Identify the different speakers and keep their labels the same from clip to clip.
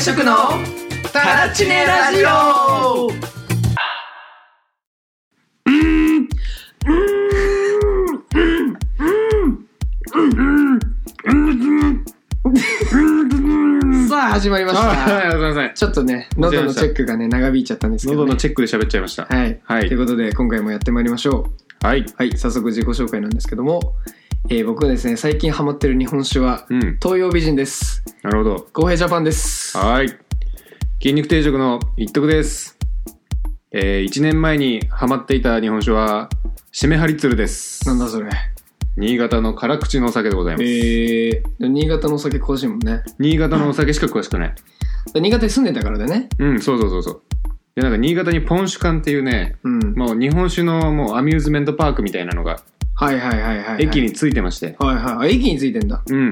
Speaker 1: 食のタラチネラジオさあ始まりまし
Speaker 2: あはい、ありが
Speaker 1: た
Speaker 2: とうございま
Speaker 1: ちょっとね喉のチェックがね長引いちゃったんです
Speaker 2: す。
Speaker 1: けど、
Speaker 2: 喉
Speaker 1: ね
Speaker 2: の、チェックで喋っちゃいました。
Speaker 1: はい、
Speaker 2: はい
Speaker 1: ということで今回もやってまいりましょう
Speaker 2: はい。
Speaker 1: はい早速自己紹介なんですけども、えー僕がですね最近ハマってる日本酒は
Speaker 2: うん、
Speaker 1: 東洋美人です
Speaker 2: なるほど。
Speaker 1: 公平ジャパンです
Speaker 2: はい。筋肉定食の一徳です。えー、1年前にハマっていた日本酒は、シメハリツルです。
Speaker 1: なんだそれ
Speaker 2: 新潟の辛口のお酒でございます。
Speaker 1: えー、新潟のお酒詳しいもんね
Speaker 2: 新潟のお酒しか詳しくない。
Speaker 1: で新潟に住んでたからでね
Speaker 2: うん、そうそうそうそう。で、なんか新潟にポン酒館っていうね、
Speaker 1: うん
Speaker 2: もう日本酒のもうアミューズメントパークみたいなのが
Speaker 1: はいはいはいはい、はい、
Speaker 2: 駅についてまして、
Speaker 1: はいはいあ駅についてんだ
Speaker 2: うん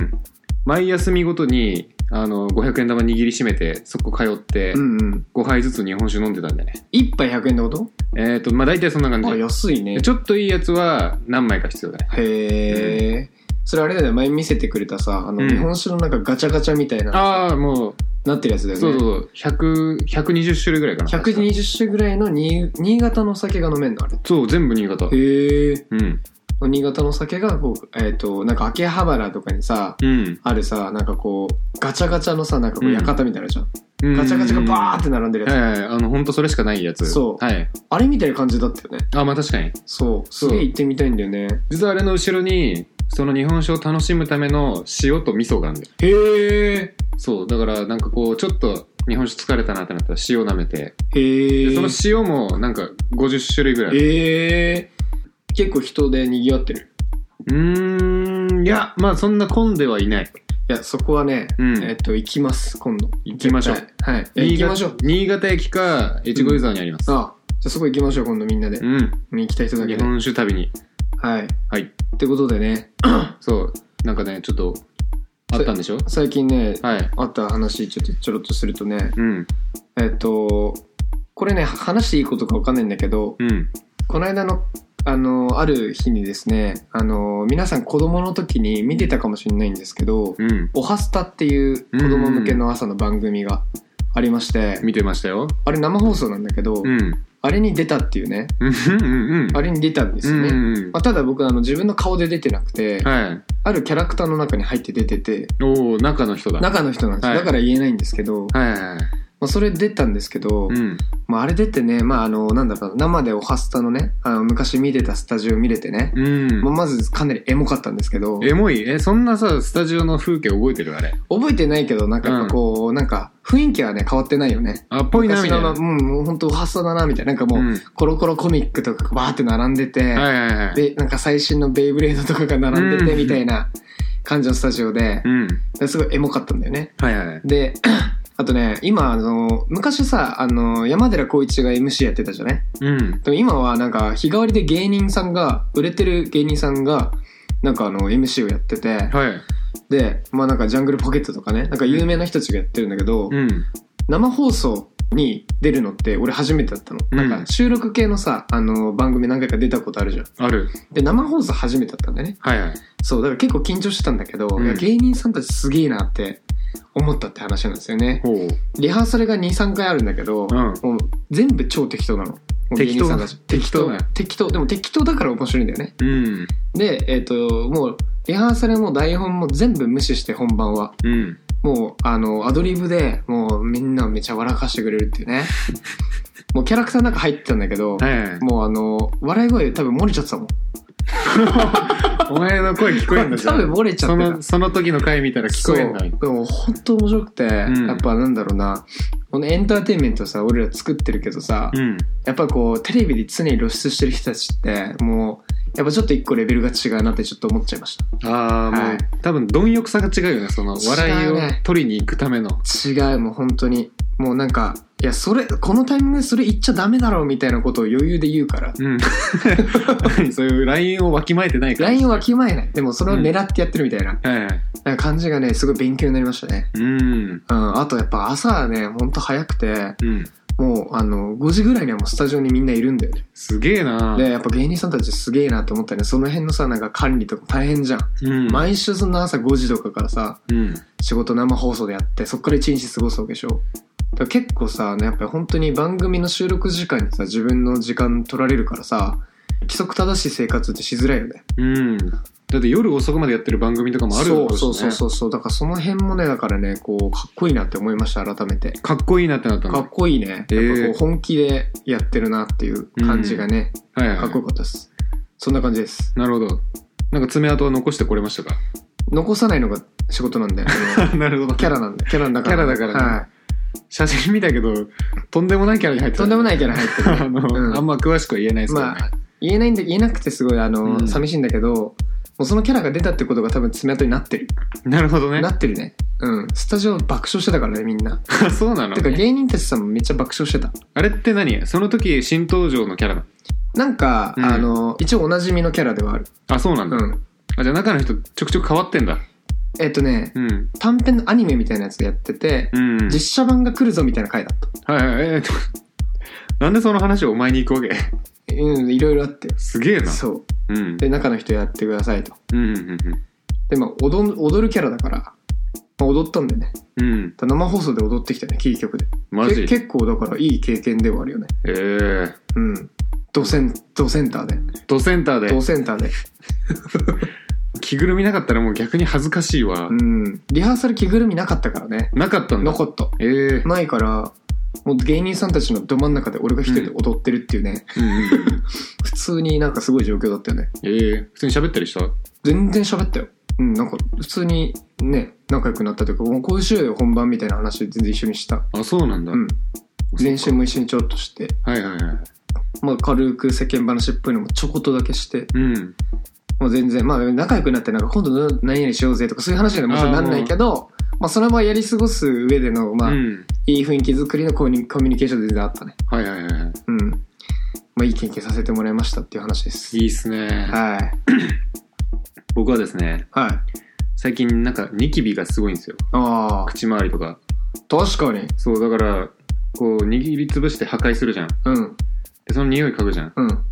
Speaker 2: 毎休みごとにあの500円玉握りしめてそこ通って
Speaker 1: うんうん
Speaker 2: 5杯ずつ日本酒飲んでたんだよね、
Speaker 1: 一杯100円ってこと
Speaker 2: えっ、とまあ大体そんな感
Speaker 1: あ
Speaker 2: じ
Speaker 1: 安いね
Speaker 2: でちょっといいやつは何枚か必要だね
Speaker 1: へえ、それあれだよね前見せてくれたさあの、
Speaker 2: うん
Speaker 1: 日本酒のなんかガチャガチャみたいな
Speaker 2: ああもう
Speaker 1: なってるやつだよね
Speaker 2: そうそうそう100 120種類ぐらいかな
Speaker 1: 120種ぐらいのに新潟のお酒が飲めんのあれ
Speaker 2: そう全部新潟
Speaker 1: へえ
Speaker 2: うん
Speaker 1: 新潟のお酒がこうえっ、となんか秋葉原とかにさ
Speaker 2: うん
Speaker 1: あるさなんかこうガチャガチャのさなんかこう
Speaker 2: うん
Speaker 1: 館みたいなのあるじゃん、
Speaker 2: うん
Speaker 1: ガチャガチャがバーって並んでるやつ、
Speaker 2: はいはいあの本当それしかないやつ
Speaker 1: そう
Speaker 2: はい
Speaker 1: あれみたいな感じだったよね
Speaker 2: あまあ確かに
Speaker 1: そう
Speaker 2: そ
Speaker 1: す
Speaker 2: う
Speaker 1: げえ行ってみたいんだよね
Speaker 2: 実はあれの後ろにその日本酒を楽しむための塩と味噌があるんだよ
Speaker 1: へえ
Speaker 2: そうだからなんかこうちょっと日本酒疲れたなってなったら塩舐めて、
Speaker 1: へ
Speaker 2: で
Speaker 1: え
Speaker 2: その塩もなんか50種類ぐらいある
Speaker 1: へえ結構人で賑わってる
Speaker 2: うーんいやまあそんな混んではいない
Speaker 1: いやそこはね、
Speaker 2: うん
Speaker 1: えっと行きます今度
Speaker 2: 行きましょう
Speaker 1: 絶対はいいや行きましょう
Speaker 2: 新潟駅か越後湯沢にあります
Speaker 1: あじゃあそこ行きましょう今度みんなで、
Speaker 2: うん、
Speaker 1: 行きたい人だけ
Speaker 2: 日
Speaker 1: で
Speaker 2: 本酒旅に
Speaker 1: はいっ
Speaker 2: はい
Speaker 1: てことでね
Speaker 2: そうなんかねちょっとあったんでしょ
Speaker 1: 最近ね、
Speaker 2: はい
Speaker 1: あった話ちょっとちょろっとするとね
Speaker 2: うん
Speaker 1: えっとこれね話していいことかわかんないんだけど
Speaker 2: うん
Speaker 1: この間のあのある日にですねあの皆さん子供の時に見てたかもしれないんですけど
Speaker 2: うん
Speaker 1: 「おはスタ」っていう子供向けの朝の番組がありまして、
Speaker 2: 見てましたよ
Speaker 1: あれ生放送なんだけど、
Speaker 2: うん
Speaker 1: あれに出たっていうね
Speaker 2: うんうんうん
Speaker 1: あれに出たんです
Speaker 2: う
Speaker 1: よね、
Speaker 2: んうん
Speaker 1: まあ、ただ僕あの自分の顔で出てなくて、
Speaker 2: はい
Speaker 1: あるキャラクターの中に入って出てて
Speaker 2: おお中の人だ
Speaker 1: 中の人なんですよ、
Speaker 2: はい
Speaker 1: だから言えないんですけ
Speaker 2: は
Speaker 1: ど、
Speaker 2: いはいはい
Speaker 1: まあ、それ出たんですけど、
Speaker 2: うん
Speaker 1: まあ、あれ出てね、まあ、あのなんだか生でおはスタのねあの昔見てたスタジオ見れてね、
Speaker 2: うん
Speaker 1: まあ、まずかなりエモかったんですけど
Speaker 2: エモいえそんなさスタジオの風景覚えてるあれ
Speaker 1: 覚えてないけどなんかやっぱこう、なんか雰囲気はね変わってないよね
Speaker 2: あっぽいなみ
Speaker 1: 昔
Speaker 2: たい
Speaker 1: の
Speaker 2: な
Speaker 1: うんもう本当おはスタだなみたいななんかもう、
Speaker 2: うん
Speaker 1: コロコロコミックとかがバーって並んでて、
Speaker 2: はいはいはい
Speaker 1: でなんか最新のベイブレードとかが並んでて
Speaker 2: うん
Speaker 1: みたいな感じのスタジオで
Speaker 2: うん
Speaker 1: ですごいエモかったんだよね
Speaker 2: はいはいはい
Speaker 1: で あとね今あの昔さあの山寺宏一が MC やってたじゃない
Speaker 2: うん
Speaker 1: でも今はなんか日替わりで芸人さんが売れてる芸人さんがなんかあの MC をやってて
Speaker 2: はい
Speaker 1: でまあなんかジャングルポケットとかねなんか有名な人たちがやってるんだけど
Speaker 2: うん
Speaker 1: 生放送に出るのって俺初めてだったの、
Speaker 2: うん
Speaker 1: なんか収録系のさあの番組何回か出たことあるじゃん
Speaker 2: ある
Speaker 1: で生放送初めてだったんだよね
Speaker 2: はいはい
Speaker 1: そう、だから結構緊張してたんだけど、
Speaker 2: うん
Speaker 1: いや芸人さんたちすげえなって思ったって話なんですよね。
Speaker 2: ほう
Speaker 1: リハーサルが2、3回あるんだけど、
Speaker 2: うん
Speaker 1: もう全部超適当なの。もう芸人さんたち
Speaker 2: 適当
Speaker 1: 適当適当。でも適当だから面白いんだよね。
Speaker 2: うん
Speaker 1: で、えっ、と、もう、リハーサルも台本も全部無視して本番は。
Speaker 2: うん
Speaker 1: もう、あの、アドリブで、もうみんなをめちゃ笑かしてくれるっ ていうね。もうキャラクターの中入ってたんだけど、
Speaker 2: はいはい
Speaker 1: もうあの、笑い声多分漏れちゃってたもん。
Speaker 2: お前の声聞こえんだじゃ
Speaker 1: 多分
Speaker 2: ん
Speaker 1: 漏れちゃって
Speaker 2: そ
Speaker 1: た。
Speaker 2: のその時の回見たら聞こえんだ
Speaker 1: そうでも本当面白くて、
Speaker 2: ん
Speaker 1: やっぱなんだろうなこのエンターテインメントをさ俺ら作ってるけどさ、
Speaker 2: うん
Speaker 1: やっぱこうテレビで常に露出してる人たちってもうやっぱちょっと一個レベルが違うなってちょっと思っちゃいました
Speaker 2: ああも
Speaker 1: はいう
Speaker 2: 多分貪欲さが違うよねその笑い
Speaker 1: 違
Speaker 2: を
Speaker 1: うね
Speaker 2: 取りに行くための
Speaker 1: 違うもう本当にもうなんかいやそれこのタイミングでそれ言っちゃダメだろうみたいなことを余裕で言うから
Speaker 2: うん そういうラインをわきまえてないから
Speaker 1: ラインをわきまえないでもそれを狙ってやってるみたいな,、
Speaker 2: はいはい
Speaker 1: なんか感じがねすごい勉強になりましたね
Speaker 2: うん
Speaker 1: うんあとやっぱ朝はねほんと早くて
Speaker 2: うん
Speaker 1: もうあの5時ぐらいにはもうスタジオにみんないるんだよね
Speaker 2: すげえな
Speaker 1: でやっぱ芸人さんたちすげえなと思ったねその辺のさなんか管理とか大変じゃん、
Speaker 2: うん
Speaker 1: 毎週そんな朝5時とかからさ
Speaker 2: うん
Speaker 1: 仕事生放送でやってそっから1日過ごすわけでしょだから結構さやっぱり本当に番組の収録時間にさ自分の時間取られるからさ規則正しい生活ってしづらいよね
Speaker 2: うんだって夜遅くまでやってる番組とかもあるだろうし、ね、
Speaker 1: そうそうそうそうだからその辺もねだからねこうかっこいいなって思いました改めて
Speaker 2: かっこいいなってなったんだ
Speaker 1: かっこいいね
Speaker 2: へ
Speaker 1: や
Speaker 2: え
Speaker 1: っぱこう本気でやってるなっていう感じがね、
Speaker 2: はいはい、
Speaker 1: かっこよかったですそんな感じです
Speaker 2: なるほどなんか爪痕は残してこれましたか
Speaker 1: 残さないのが仕事なんだよ
Speaker 2: な るほど
Speaker 1: キャラなんだキャラだから
Speaker 2: キャラだからね
Speaker 1: は
Speaker 2: 写真見たけどとんでもないキャラに入っ
Speaker 1: い、
Speaker 2: てた
Speaker 1: とんでもないキャラ入ってる、ね、
Speaker 2: あの、
Speaker 1: うん
Speaker 2: あんま詳しくは言えないですけどね、
Speaker 1: まあ言えないんだ言えなくてすごいあの、
Speaker 2: うん
Speaker 1: 寂しいんだけどもうそのキャラが出たってことが多分爪痕になってる、
Speaker 2: なるほどね
Speaker 1: なってるねうんスタジオ爆笑してたからねみんな
Speaker 2: そうなの
Speaker 1: てか芸人たちさんもめっちゃ爆笑してた
Speaker 2: あれって何その時新登場のキャラなの
Speaker 1: なんか、
Speaker 2: うん
Speaker 1: あの一応おなじみのキャラではある
Speaker 2: あそうなん
Speaker 1: う
Speaker 2: だ、
Speaker 1: ん
Speaker 2: あじゃあ中の人ちょくちょく変わってんだ
Speaker 1: えっとね
Speaker 2: うん
Speaker 1: 短編のアニメみたいなやつでやってて、
Speaker 2: うん
Speaker 1: 実写版が来るぞみたいな回だった
Speaker 2: はいはいえーっとなんでその話をお前に行くわけ
Speaker 1: うんいろいろあって
Speaker 2: すげえな
Speaker 1: そう
Speaker 2: うん
Speaker 1: で中の人やってくださいと
Speaker 2: うんうん
Speaker 1: でまあ踊る踊るキャラだから、まあ、踊ったんだよね
Speaker 2: うんうん
Speaker 1: 生放送で踊ってきたよねキー局で
Speaker 2: マジ
Speaker 1: け結構だからいい経験ではあるよね
Speaker 2: ええー、
Speaker 1: うんドセンドセンターで
Speaker 2: ドセンターで
Speaker 1: ドセンターで
Speaker 2: 着ぐるみなかったらもう逆に恥ずかしいわ、
Speaker 1: うんリハーサル着ぐるみなかったからね
Speaker 2: なかったんだ
Speaker 1: 残った
Speaker 2: ええー、
Speaker 1: ないからもう芸人さんたちのど真ん中で俺が一人で踊ってるっていうね、
Speaker 2: うんうんうん
Speaker 1: 普通になんかすごい状況だったよね
Speaker 2: ええー、普通に喋ったりした
Speaker 1: 全然喋ったようんなんか普通にね仲良くなったというかもうこういう週よ本番みたいな話全然一緒にした
Speaker 2: あそうなんだ、
Speaker 1: うん
Speaker 2: そっか
Speaker 1: 練習も一緒にちょっとして
Speaker 2: はいはいはい
Speaker 1: まあ、軽く世間話っぽいのもちょこっとだけして、
Speaker 2: うん
Speaker 1: もう全然、まあ、仲良くなって、なんか今度何々しようぜとかそういう話にはもちろんなんないけど、まあ、そのままやり過ごす上での、まあ、
Speaker 2: うん、
Speaker 1: いい雰囲気作りのコミュニコミュニケーション全然あったね。
Speaker 2: はいはいはいは
Speaker 1: うん。まあ、いい経験させてもらいましたっていう話です
Speaker 2: い。いいっすね
Speaker 1: はい。
Speaker 2: 僕はですね
Speaker 1: はい。
Speaker 2: 最近なんかニキビがすごいんですよ
Speaker 1: ああ、
Speaker 2: 口周りとか
Speaker 1: 確かに。
Speaker 2: そうだからこう握りつぶして破壊するじゃん
Speaker 1: うん。
Speaker 2: でその匂い嗅ぐじゃん
Speaker 1: うん。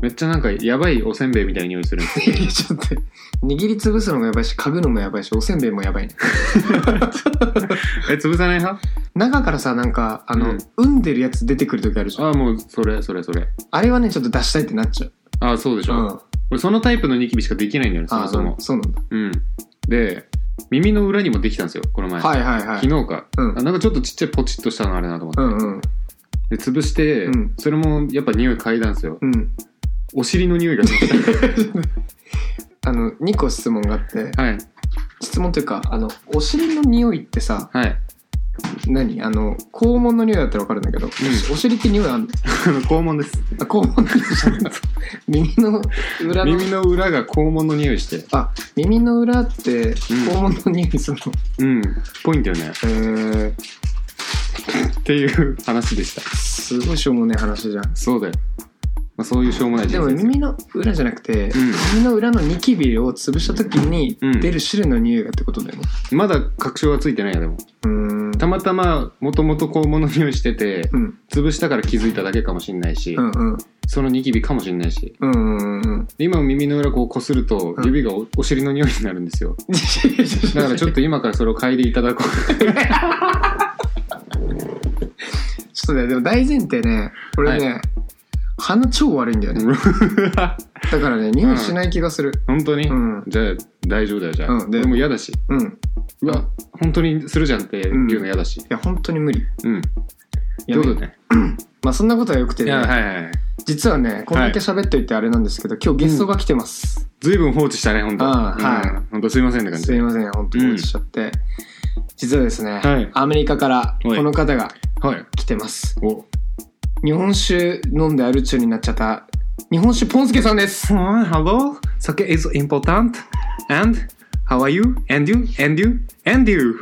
Speaker 2: めっちゃなんかやばいおせんべいみたいな匂いするんですよ
Speaker 1: いや ちょっと待って、握りつぶすのもやばいし、嗅ぐのもやばいし、おせんべいもやばいね。
Speaker 2: え潰さない派
Speaker 1: 中からさ、なんか、あの、
Speaker 2: うん
Speaker 1: 産んでるやつ出てくる時あるじゃん。
Speaker 2: ああもうそれそれそれ
Speaker 1: あれはね、ちょっと出したいってなっちゃう。
Speaker 2: ああそうでしょ、
Speaker 1: うん。
Speaker 2: 俺そのタイプのニキビしかできないんだよねそ
Speaker 1: あ
Speaker 2: もそも
Speaker 1: そうなんだ。
Speaker 2: うんで耳の裏にもできたんですよこの前、
Speaker 1: はいはいはい。
Speaker 2: 昨日か、
Speaker 1: うん
Speaker 2: あなんかちょっとちっちゃいポチッとしたのあれなと思って、
Speaker 1: うんうん。
Speaker 2: で潰して、
Speaker 1: うん
Speaker 2: それもやっぱ匂い嗅いだんですよ
Speaker 1: うん。
Speaker 2: お尻の匂いがしまし
Speaker 1: あの、2個質問があって、
Speaker 2: た はい
Speaker 1: 質問というか、あの、お尻の匂いってさ、
Speaker 2: はい
Speaker 1: 何あの、肛門の匂いだったらわかるんだけど、お尻って匂いあんの
Speaker 2: あの肛門です
Speaker 1: あ肛門の匂いじゃない耳の裏の。
Speaker 2: 耳の裏が肛門の匂いして
Speaker 1: あ、耳の裏って、肛門の匂いするの。
Speaker 2: うんぽいんだよね
Speaker 1: えー、
Speaker 2: っていう話でした
Speaker 1: すごいしょうもない話じゃん。
Speaker 2: そうだよ、まあ、そういうしょうもない人
Speaker 1: でも
Speaker 2: 生すよ
Speaker 1: 耳の裏じゃなくて、
Speaker 2: ん
Speaker 1: 耳の裏のニキビを潰した時に
Speaker 2: うん
Speaker 1: 出る種類の匂いがってことだよね。
Speaker 2: まだ確証はついてないよでも
Speaker 1: うーん。
Speaker 2: たまたまもともと肛門の匂いしてて
Speaker 1: うん。
Speaker 2: 潰したから気づいただけかもしんないし、
Speaker 1: うんうん。
Speaker 2: そのニキビかもしんないし
Speaker 1: うんうんうん。
Speaker 2: 今耳の裏こうこすると
Speaker 1: うん
Speaker 2: 指がおお尻の匂いになるんですよだからちょっと今からそれを嗅いでいただこ う
Speaker 1: ちょっとね、でも大前提ね、これね、鼻超悪いんだよね。だからね、匂いしない気がする。
Speaker 2: 本当に、
Speaker 1: うん
Speaker 2: じゃあ大丈夫だよじゃあ、
Speaker 1: うんで
Speaker 2: でも嫌だし
Speaker 1: うん。いう
Speaker 2: わ本当にするじゃんっていうの嫌だし
Speaker 1: や、本当に無理。
Speaker 2: うん、
Speaker 1: や
Speaker 2: どう
Speaker 1: め
Speaker 2: だね
Speaker 1: まあ、そんなことはよくて
Speaker 2: い
Speaker 1: ね、
Speaker 2: やはいはいはい
Speaker 1: 実はね、こんだけ喋っといてあれなんですけど、今日ゲストが来てます。
Speaker 2: 随分放置したね本当
Speaker 1: ああはい
Speaker 2: 本当すいませんって感じ
Speaker 1: す
Speaker 2: で
Speaker 1: いません、本当に落ちしちゃって。実はですね、
Speaker 2: はい
Speaker 1: アメリカからこの方が
Speaker 2: はい
Speaker 1: 来てます。
Speaker 2: お
Speaker 1: 日本酒飲んでアル中になっちゃった、日本酒ポンスケさんです。
Speaker 2: Hi, hello. Sake is important. And how are you? And you? And you? And you?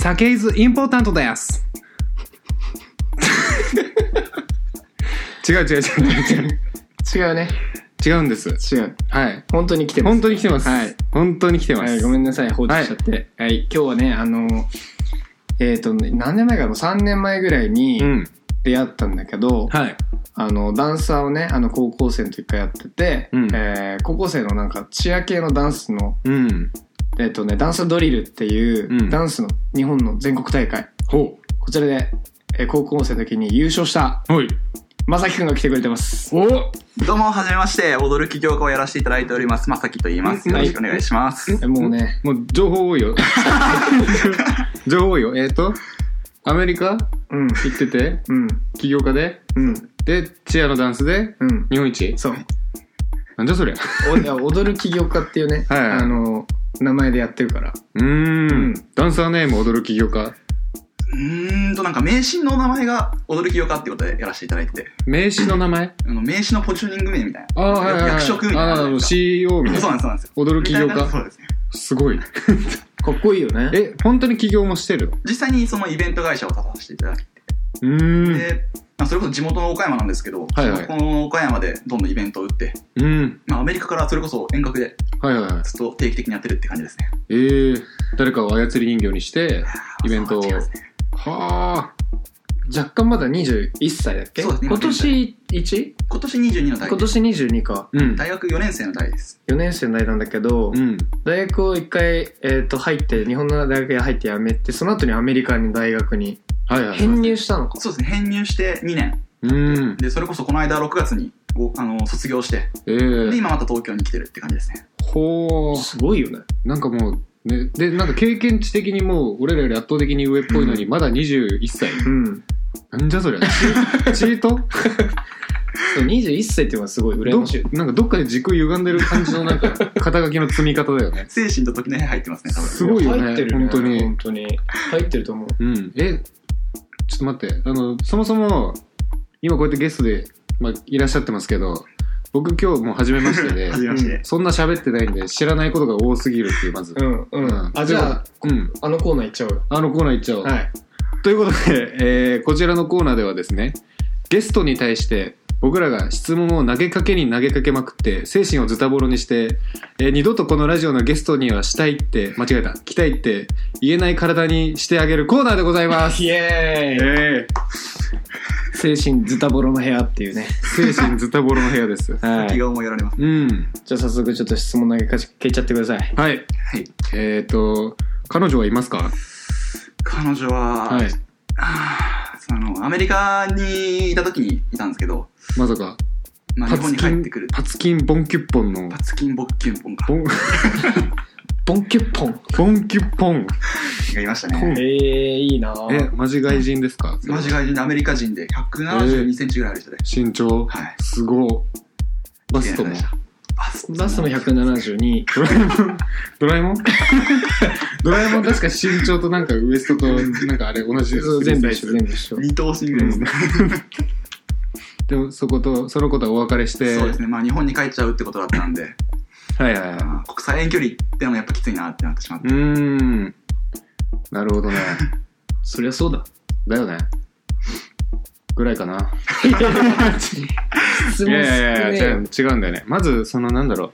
Speaker 2: Sake is important です。違う違う違う違う
Speaker 1: 違うね。
Speaker 2: 違うんです。
Speaker 1: 違う。
Speaker 2: はい。
Speaker 1: 本当に来てます。
Speaker 2: 本当に来てます。
Speaker 1: はい。
Speaker 2: 本当に来てま
Speaker 1: は
Speaker 2: す。
Speaker 1: い、ごめんなさい、放置しちゃって。はい、今日はね、あの、えっ、と、何年前かな、3年前ぐらいに、
Speaker 2: うん。
Speaker 1: 出会ったんだけど、
Speaker 2: はい。
Speaker 1: あのダンサーをねあの高校生の時からやってて、
Speaker 2: うん
Speaker 1: えー高校生のなんかチア系のダンスの、
Speaker 2: うん。
Speaker 1: えっとね、ダンスドリルっていう、
Speaker 2: うん
Speaker 1: ダンスの日本の全国大会
Speaker 2: ほ
Speaker 1: こちらで、えー高校生の時に優勝した
Speaker 2: う。はい。
Speaker 1: まさきくんが来てくれてます
Speaker 2: お
Speaker 3: どうも、はじめまして、踊る起業家をやらせていただいております、まさきと言います。よろしくお願いします。
Speaker 1: えもうね
Speaker 2: もう情報多 いよ。情報多いよ。えっ、と、アメリカ
Speaker 1: うん
Speaker 2: 行ってて、
Speaker 1: うん
Speaker 2: 起業家で、
Speaker 1: うん
Speaker 2: で、チアのダンスで、
Speaker 1: うん
Speaker 2: 日本一。
Speaker 1: そう
Speaker 2: なんじゃそりゃ。
Speaker 1: おいや踊る起業家っていうね、
Speaker 2: はいはい
Speaker 1: あの名前でやってるから
Speaker 2: うー
Speaker 1: うん
Speaker 2: ん。ダンサーネーム踊る起業家。
Speaker 3: うーんと、なんか名刺の名前が踊る起業家ってことでやらせていただいてて、
Speaker 2: 名刺の名前
Speaker 3: あの名刺のポジショニング名みたい
Speaker 2: あ
Speaker 3: な。
Speaker 2: あ、はいはいはい。
Speaker 3: 役職みたい
Speaker 2: あ
Speaker 3: な
Speaker 2: あ、
Speaker 3: じゃ
Speaker 2: なるほど
Speaker 3: ないですか。
Speaker 2: CEO みたい
Speaker 3: そう
Speaker 2: な。
Speaker 3: なんです、そうな
Speaker 2: 踊
Speaker 3: んです。
Speaker 2: る起業
Speaker 3: みたいな
Speaker 2: 家。
Speaker 3: そうですね。
Speaker 2: すごい。
Speaker 1: かっこいいよね
Speaker 2: え、本当に起業もしてる
Speaker 3: 実際にそのイベント会社を立たせていただいて、
Speaker 2: うーん。
Speaker 3: まあそれこそ地元の岡山なんですけど、
Speaker 2: はいはい
Speaker 3: そこの岡山でどんどんイベントを打って、
Speaker 2: うん。
Speaker 3: まあ、アメリカからそれこそ遠隔で
Speaker 2: はいはいはい。
Speaker 3: ずっと定期的にやってるって感じですね。
Speaker 2: ええ誰かを操り人形にして、イベントを
Speaker 3: そうなんですね
Speaker 2: はあ。
Speaker 1: 若干まだ21歳だっけ
Speaker 3: そうですね
Speaker 1: 今年 1?
Speaker 3: 今年22の代
Speaker 1: 今年22か
Speaker 2: うん。
Speaker 3: 大学4年生の代です。
Speaker 1: 4年生の代なんだけど、
Speaker 2: うん。
Speaker 1: 大学を一回、えー、と入って日本の大学に入って辞めてその後にアメリカに大学に
Speaker 2: はいはい。
Speaker 1: 編入したのか
Speaker 3: そうですね、編入して2年。
Speaker 2: うん。
Speaker 3: で、それこそこの間6月にごあの卒業して、
Speaker 2: ええ
Speaker 3: で、今また東京に来てるって感じですね。
Speaker 2: ほ
Speaker 1: すごいよね
Speaker 2: う。なんかもう、ね、で、なんか経験値的にもう、俺らより圧倒的に上っぽいのに、まだ21歳。
Speaker 1: うん
Speaker 2: なんじゃそりゃ。チチート
Speaker 1: そう21歳っていうのがすごい羨
Speaker 2: ど
Speaker 1: ましい
Speaker 2: なんかどっかで軸歪んでる感じの、なん か、肩書きの積み方だよね。
Speaker 3: 精神と時の部屋入ってますね、多分。
Speaker 2: すごいよね
Speaker 1: 入ってる
Speaker 2: 本当に
Speaker 1: 本当に入ってると思う
Speaker 2: うん。え、ちょっと待って、あの、そもそも、今こうやってゲストで、まあ、いらっしゃってますけど、僕今日もう初めまして で、
Speaker 3: 初めまして。
Speaker 2: そんな喋ってないんで、知らないことが多すぎるっていう、まず。
Speaker 1: うんうん、あじゃあ、
Speaker 2: うん。
Speaker 1: あのコーナー行っちゃおうよ
Speaker 2: あのコーナー行っちゃおう。
Speaker 1: はい
Speaker 2: ということで、えーこちらのコーナーではですね、ゲストに対して、僕らが質問を投げかけに投げかけまくって、精神をズタボロにして、えー二度とこのラジオのゲストにはしたいって、間違えた、来たいって言えない体にしてあげるコーナーでございます。
Speaker 1: イエーイ、精神ズタボロの部屋っていうね
Speaker 2: 精神ズタボロの部屋です。
Speaker 1: はじ
Speaker 3: 気
Speaker 1: ゃ
Speaker 3: が思いやられます。
Speaker 2: うん。
Speaker 1: あ早速ちょっと質問投げかけちゃってください
Speaker 2: はい。
Speaker 3: はい。
Speaker 2: えっ、と、彼女はいますか
Speaker 3: 彼女は、
Speaker 2: はい。
Speaker 3: はあその、アメリカにいた時にいたんですけど、
Speaker 2: まさか、
Speaker 3: まあ、日
Speaker 2: パ
Speaker 3: 本
Speaker 2: ツ
Speaker 3: に
Speaker 2: キ
Speaker 3: 帰っ
Speaker 2: ン
Speaker 3: てくる、。
Speaker 2: パツキンボンキュッポンの
Speaker 3: パ、ツキンボッキュンポンか
Speaker 2: ボ。ン、
Speaker 1: ボンキュッポン
Speaker 2: ボンキュッポン。
Speaker 3: がいました
Speaker 2: ポン
Speaker 3: ね。
Speaker 1: ええいいなぁ
Speaker 2: え、マジ外人ですか
Speaker 3: マジ外人でアメリカ人で172センチぐらいある人で。
Speaker 2: 身長、
Speaker 3: はい。
Speaker 2: すごい。バストも
Speaker 3: 綺麗な。人でしたバスト
Speaker 1: バスも172
Speaker 2: ドラえもんドラえもん ドラえもん確か身長となんかウエストとなんかあれ同じです
Speaker 1: 全部一緒全部一緒
Speaker 3: 二等身ぐらいですね。
Speaker 2: でもそことそのことはお別れして
Speaker 3: そうですね。まあ日本に帰っちゃうってことだったんで、
Speaker 2: はいはいはいう
Speaker 3: まあ国際遠距離ってのもやっぱきついなってなってしまって。
Speaker 2: ーんなるほどね
Speaker 1: そりゃそうだ
Speaker 2: だよねぐらいかな
Speaker 1: 質
Speaker 2: い
Speaker 1: 問
Speaker 2: やいやいや違
Speaker 1: 少
Speaker 2: う
Speaker 1: ね
Speaker 2: 違うんだよねまずそのなんだろ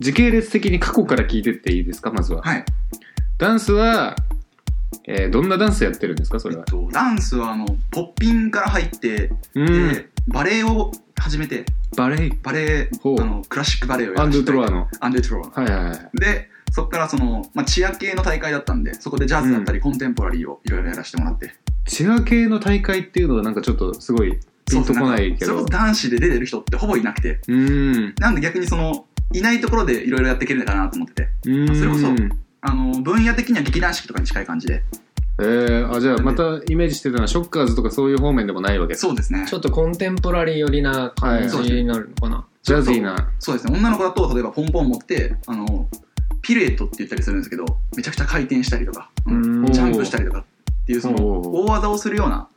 Speaker 2: う時系列的に過去から聞いてっていいですかまずは
Speaker 3: はい。
Speaker 2: ダンスは、えーどんなダンスやってるんですかそ
Speaker 3: え
Speaker 2: れ
Speaker 3: っ
Speaker 2: は
Speaker 3: と、ダンスはあの、ポッピンから入って、
Speaker 2: うん
Speaker 3: で、バレエを始めて、
Speaker 2: バレエ
Speaker 3: バレエ、
Speaker 2: ほう
Speaker 3: あの、クラシックバレエを
Speaker 2: ア
Speaker 3: や
Speaker 2: ンド
Speaker 3: らせ
Speaker 2: ゥ
Speaker 3: て
Speaker 2: トロワ
Speaker 3: いただい
Speaker 2: の
Speaker 3: てアンドゥトロワ
Speaker 2: はいはいはい
Speaker 3: で、そこからその、まあ、チア系の大会だったんで、そこでジャズだったり、コンテンポラリーをいろいろやらせてもらって。
Speaker 2: チア系の大会っていうのはなんかちょっとすごいピンとこないけ
Speaker 3: それ
Speaker 2: ど
Speaker 3: こ
Speaker 2: う
Speaker 3: そ男子で出てる人ってほぼいなくて、
Speaker 2: ーん
Speaker 3: なんで逆にその、いないところでいろいろやっていけるのかなと思ってて、
Speaker 2: うーん
Speaker 3: それこそあの、分野的には劇団四季とかに近い感じで。
Speaker 2: えー、あじゃあまたイメージしてたのはショッカーズとかそういう方面でもないわけ
Speaker 3: そうですね。
Speaker 1: ちょっとコンテンポラリー寄りな感じになるのかな、
Speaker 2: ジャズィーな
Speaker 3: そうですね。女の子だと、例えばポンポン持って、あの、ピルエットって言ったりするんですけど、めちゃくちゃ回転したりとか、
Speaker 1: うーん
Speaker 3: ジャンプしたりとかっていう、その、
Speaker 2: お
Speaker 3: 大技をするような、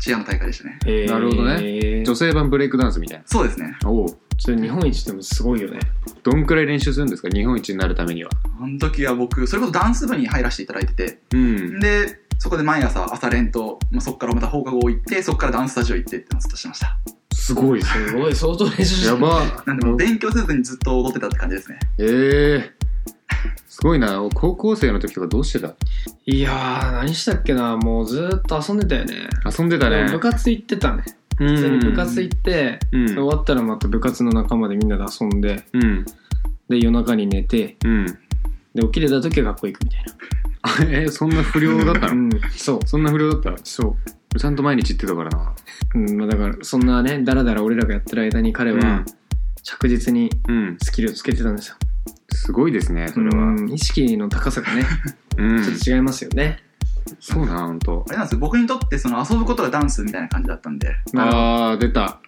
Speaker 3: チアの大会でしたね。
Speaker 1: え
Speaker 2: なるほどね
Speaker 1: ねち
Speaker 2: 女
Speaker 1: ょっ
Speaker 2: 性版ブレイクダンスみたい
Speaker 3: そうですね。
Speaker 2: なおお
Speaker 1: と日本一でもすごいよね
Speaker 2: どんくらい練習するんですか日本一になるためには
Speaker 3: あの時は僕、それこそダンス部に入らせていただいてて、
Speaker 2: うん
Speaker 3: で、そこで毎朝朝練と、まあ、そこからまた放課後行って、そこからダンススタジオ行ってってのをずっとしてました。
Speaker 2: すごい
Speaker 1: すごい相当練習して
Speaker 2: や
Speaker 1: る
Speaker 2: ば
Speaker 3: なんでもう勉強せずにずっと踊ってたって感じですね。
Speaker 2: ええー、すごいな高校生の時とかどうしてた
Speaker 1: いやー、何したっけな、もうずーっと遊んでたよね。
Speaker 2: 遊んでたね
Speaker 1: 部活行ってたね。
Speaker 2: う
Speaker 1: 普通に
Speaker 2: ん
Speaker 1: 部活行って、
Speaker 2: うん
Speaker 1: 終わったらまた部活の仲間でみんなで遊んで、
Speaker 2: うん
Speaker 1: で、夜中に寝て、
Speaker 2: うん
Speaker 1: で、起きれた時は学校行くみたいな。
Speaker 2: えそんな不良だった
Speaker 1: う
Speaker 2: の
Speaker 1: ん、そう。
Speaker 2: そんな不良だった
Speaker 1: そう。
Speaker 2: ちゃんと毎日行ってたからな
Speaker 1: うん、まあだから、そんなね、だらだら俺らがやってる間に彼は、着実に
Speaker 2: うん、うん、
Speaker 1: スキルをつけてたんですよ。
Speaker 2: すごいですねそれは
Speaker 1: うん意識の高さ がね、
Speaker 2: うん
Speaker 1: ちょっと違いますよね。
Speaker 2: そうな本当
Speaker 3: あれなんですよ僕にとってその遊ぶことがダンスみたいな感じだったんで
Speaker 1: なるほど
Speaker 2: ああー出た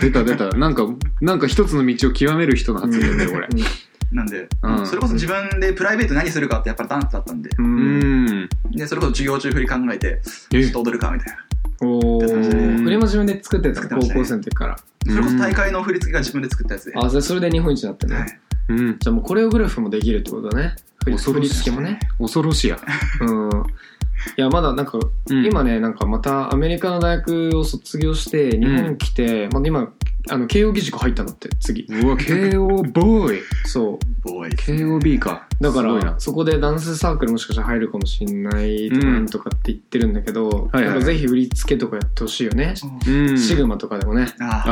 Speaker 2: 出た出た なんかなんか一つの道を極める人の発言だよこれ
Speaker 3: なんで、
Speaker 2: うん
Speaker 3: それこそ自分でプライベート何するかってやっぱりダンスだったんで
Speaker 1: う。
Speaker 2: うんん
Speaker 3: でそれこそ授業中振り考えてちょ
Speaker 2: え
Speaker 3: っと踊るかみたいな
Speaker 1: おお。
Speaker 2: うん
Speaker 1: 俺も自分で作ってるんです
Speaker 3: 作
Speaker 1: か、
Speaker 3: っ
Speaker 1: 高
Speaker 3: てましたね
Speaker 1: 校生の時から。
Speaker 3: それこそ大会の振り付けが自分で作ったやつで、
Speaker 1: あ、それそれで日本一になって
Speaker 3: は
Speaker 1: ね。
Speaker 3: い
Speaker 2: うん
Speaker 1: じゃあもうコレオグラフもできるってことだね。振り
Speaker 2: 恐
Speaker 1: 振
Speaker 2: ろし
Speaker 1: り
Speaker 2: い
Speaker 1: 付けもね。
Speaker 2: 恐ろしや、
Speaker 1: うん。いや、まだなんか、
Speaker 2: うん
Speaker 1: 今ね、なんかまたアメリカの大学を卒業して、日本来て、まあ今、あの、慶応義塾入ったんだって、次。
Speaker 2: うわ KO ボーイ
Speaker 1: そう。
Speaker 3: ボーイ
Speaker 2: KOB か
Speaker 1: だか
Speaker 2: すごいな
Speaker 1: ら、そこでダンスサークルもしかしたら入るかもしんないとか、
Speaker 2: うん
Speaker 1: なんとかって言ってるんだけど、
Speaker 2: はいはい
Speaker 1: なんかぜひ振り付けとかやってほしいよね。
Speaker 2: うん
Speaker 1: シグマとかでもね、
Speaker 3: ああ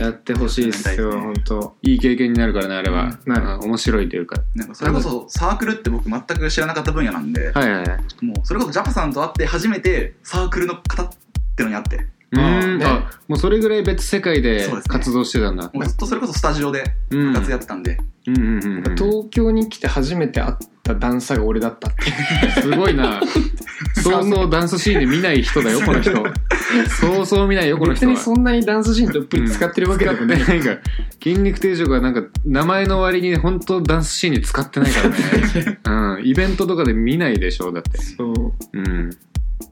Speaker 2: ああ
Speaker 1: やってほしいですよ、
Speaker 3: や
Speaker 1: ほ
Speaker 3: り
Speaker 1: んと。
Speaker 2: いい経験になるからねあれは、
Speaker 1: うんなる
Speaker 2: あ面白いというか
Speaker 3: なんかそれこそサークルって僕全く知らなかった分野なんで、
Speaker 2: はいはいはい
Speaker 3: もうそれこそジャパさんと会って初めてサークルの方ってのに会って
Speaker 2: う
Speaker 1: あー
Speaker 2: ん
Speaker 1: ね
Speaker 2: あもうそれぐらい別世界で
Speaker 3: そうですね
Speaker 2: 活動してたんだ
Speaker 3: もうずっとそれこそスタジオで
Speaker 2: うん
Speaker 3: 部活やってたんで、
Speaker 2: うんうんうんうん
Speaker 1: 東京に来て初めて会ったダンサーが俺だったっていう。
Speaker 2: すごい なそうそうダンスシーンで見ない人だよこの人そうそう見ないよこの
Speaker 1: 別
Speaker 2: 人
Speaker 1: に
Speaker 2: は
Speaker 1: そんなにダンスシーンどっぷり使ってるわけだもんね。
Speaker 2: なんか筋肉定食はなんか名前の割に本当ダンスシーンに使ってない からね、うん、イベントとかで見ないでしょだって
Speaker 1: そう。
Speaker 2: うん、
Speaker 1: だ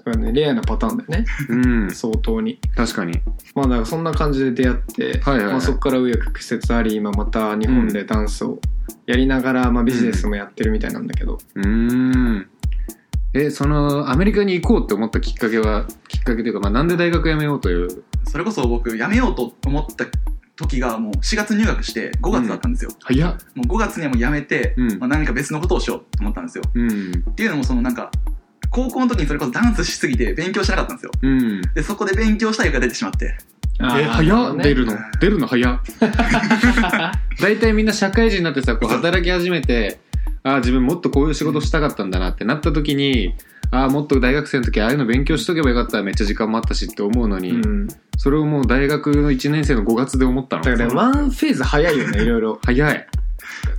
Speaker 1: からね、レアなパターンだよね、
Speaker 2: うん、
Speaker 1: 相当に。
Speaker 2: 確かに
Speaker 1: まあだからそんな感じで出会って、
Speaker 2: はいはいはい
Speaker 1: まあ、そこから紆余曲折あり、今また日本でダンスをやりながら、まあビジネスもやってるみたいなんだけど、
Speaker 2: うーんえそのアメリカに行こうって思ったきっかけはきっかけというか、まあ、なんで大学辞めようという
Speaker 3: それこそ僕辞めようと思った時がもう4月入学して5月だったんですよ、
Speaker 2: 早っ
Speaker 3: もう5月にはもう辞めて、
Speaker 2: うん
Speaker 3: まあ、何か別のことをしようと思ったんですよ
Speaker 2: うん
Speaker 3: っていうのもそのなんか高校の時にそれこそダンスしすぎて勉強しなかったんですよ
Speaker 2: うん
Speaker 3: でそこで勉強したいが出てしまって
Speaker 1: あ
Speaker 2: え
Speaker 1: ー
Speaker 2: 早っ、 出るの
Speaker 3: ね
Speaker 2: 出るの早っ大体みんな社会人になってさこう働き始めてああ自分もっとこういう仕事したかったんだなってなった時にああもっと大学生の時ああいうの勉強しとけばよかっためっちゃ時間もあったしって思うのに、
Speaker 1: うん、だ
Speaker 2: それをもう大学の1年生の5月で思ったの
Speaker 1: からねワンフェーズ早いよねいろいろ
Speaker 2: 早い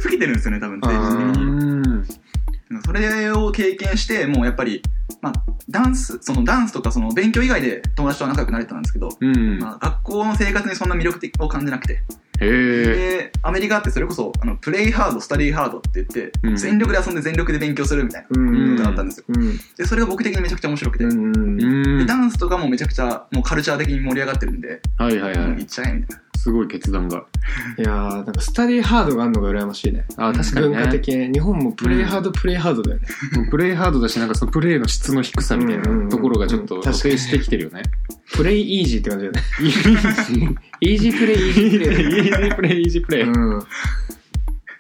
Speaker 3: 過ぎてるんですよね多分定時的
Speaker 1: う
Speaker 2: う
Speaker 3: に
Speaker 2: ん
Speaker 3: それを経験してもうやっぱり、まあ、ダンスそのダンスとかその勉強以外で友達とは仲良くなれてたんですけど、
Speaker 2: うん
Speaker 3: まあ、学校の生活にそんな魅力的を感じなくて
Speaker 2: へえ
Speaker 3: でアメリカってそれこそあのプレイハードスタディーハードって言って、
Speaker 2: うん
Speaker 3: 全力で遊んで全力で勉強するみたいな
Speaker 1: うん
Speaker 2: う
Speaker 3: ことだったんですよ
Speaker 1: うん
Speaker 3: でそれが僕的にめちゃくちゃ面白くて、
Speaker 1: うん
Speaker 2: う
Speaker 1: うん
Speaker 2: ん
Speaker 3: でダンスとかもめちゃくちゃもうカルチャー的に盛り上がってるんで、
Speaker 2: はいはい
Speaker 3: も
Speaker 2: は
Speaker 3: う行っ
Speaker 2: い
Speaker 3: ちゃえみたい
Speaker 2: すごい決断が
Speaker 1: いやーなんかスタディーハードがあるのが羨ましいね
Speaker 2: ああ確かに
Speaker 1: 文
Speaker 2: ね
Speaker 1: 化的に日本もプレイハードプレイハードだよね、
Speaker 2: もうプレイハードだしなんかそのプレイの質の低さみたい
Speaker 1: うんうんうん
Speaker 2: なところがちょっと
Speaker 1: 確かに
Speaker 2: 露呈してきてるよね
Speaker 1: プレイイージーって感じだよねイージープレイイージープレイだよね
Speaker 2: イージープレイイージープレイ
Speaker 1: うん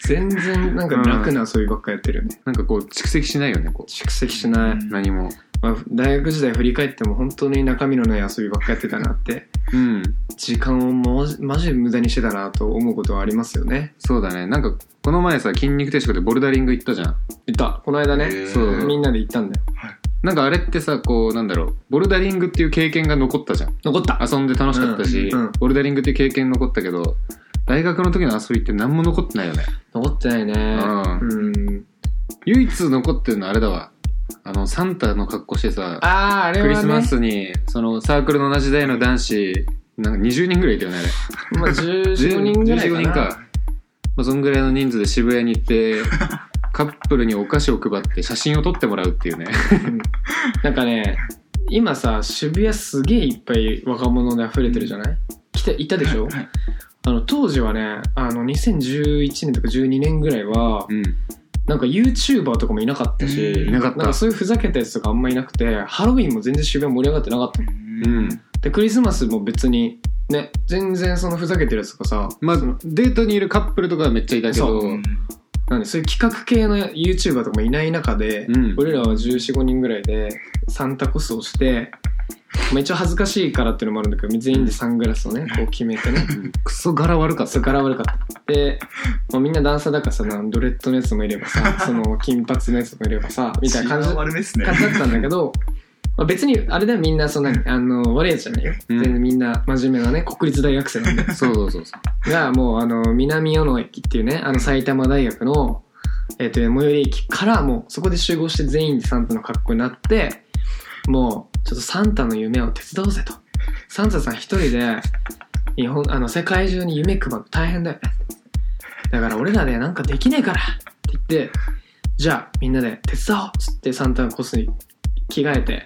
Speaker 1: 全然なんか楽な遊びばっかやってるよね
Speaker 2: なんかこう蓄積しないよねこ
Speaker 1: 蓄積しない、
Speaker 2: う何も
Speaker 1: まあ、大学時代振り返っても本当に中身のない遊びばっかやってたなって
Speaker 2: うん
Speaker 1: 時間をマジマジで無駄にしてたなと思うことはありますよね
Speaker 2: そうだねなんかこの前さ筋肉定食でボルダリング行ったじゃん
Speaker 1: 行ったこの間ね
Speaker 3: へー
Speaker 2: そう
Speaker 1: みんなで行ったんだよ
Speaker 2: なんかあれってさこうなんだろうボルダリングっていう経験が残ったじゃん
Speaker 1: 残った
Speaker 2: 遊んで楽しかったし、
Speaker 1: うんうん
Speaker 2: ボルダリングっていう経験残ったけど大学の時の遊びって何も残ってないよね
Speaker 1: 残ってないね
Speaker 2: う
Speaker 1: うん
Speaker 2: 唯一残ってるのあれだわあのサンタの格好してさ
Speaker 1: あああれは
Speaker 2: ク
Speaker 1: ね
Speaker 2: リスマスにそのサークルの同じ代の男子なんか20人ぐらいいたよねあれ
Speaker 1: まあ15 人ぐらいか
Speaker 2: 15
Speaker 1: な
Speaker 2: 人か、まあ、そんぐらいの人数で渋谷に行って カップルにお菓子を配って写真を撮ってもらうっていうね
Speaker 1: なんかね今さ渋谷すげえいっぱい若者で溢れてるじゃない来ていたでしょ
Speaker 3: な、はい
Speaker 1: あの当時はねあの2011年とか12年ぐらいは
Speaker 2: うん
Speaker 1: なんか YouTuber とかもいなかったし
Speaker 3: うんい
Speaker 2: なかった
Speaker 1: んかそういうふざけたやつとかあんまいなくてハロウィンも全然渋谷盛り上がってなかった
Speaker 2: うん
Speaker 1: でクリスマスも別にね全然そのふざけてるやつとかさ
Speaker 2: まあデートにいるカップルとかはめっちゃいたけ
Speaker 1: そ
Speaker 2: ど
Speaker 3: うん
Speaker 1: なんでそういう企画系の YouTuber とかもいない中で、
Speaker 2: うん
Speaker 1: 俺らは1415人ぐらいでサンタコスをして、まあ、一応恥ずかしいからっていうのもあるんだけど全員でサングラスをねこう決めてね
Speaker 2: クソ柄悪かっ
Speaker 1: それから悪かったで、まあ、みんなダンサーだからさなんドレッドのやつもいれ ばさその金髪のやつもいればさみたいな感じ
Speaker 3: 血が悪めっすね。
Speaker 1: 感じだったんだけど、まあ、別にあれだよみんなそんなあの悪いやつじゃないよ、
Speaker 2: うん
Speaker 1: 全然みんな真面目なね国立大学 生なんで
Speaker 2: たそうそうそうそ
Speaker 1: がもうあの南与野駅っていうねあの埼玉大学の、えっと最寄り駅からもうそこで集合して全員でサンタの格好になってもうちょっとサンタの夢を手伝おうぜとサンタさん一人で日本あの世界中に夢配るの大変だよねだから俺らでなんかできねえからって言ってじゃあみんなで手伝おうっつってサンタのコスに着替えて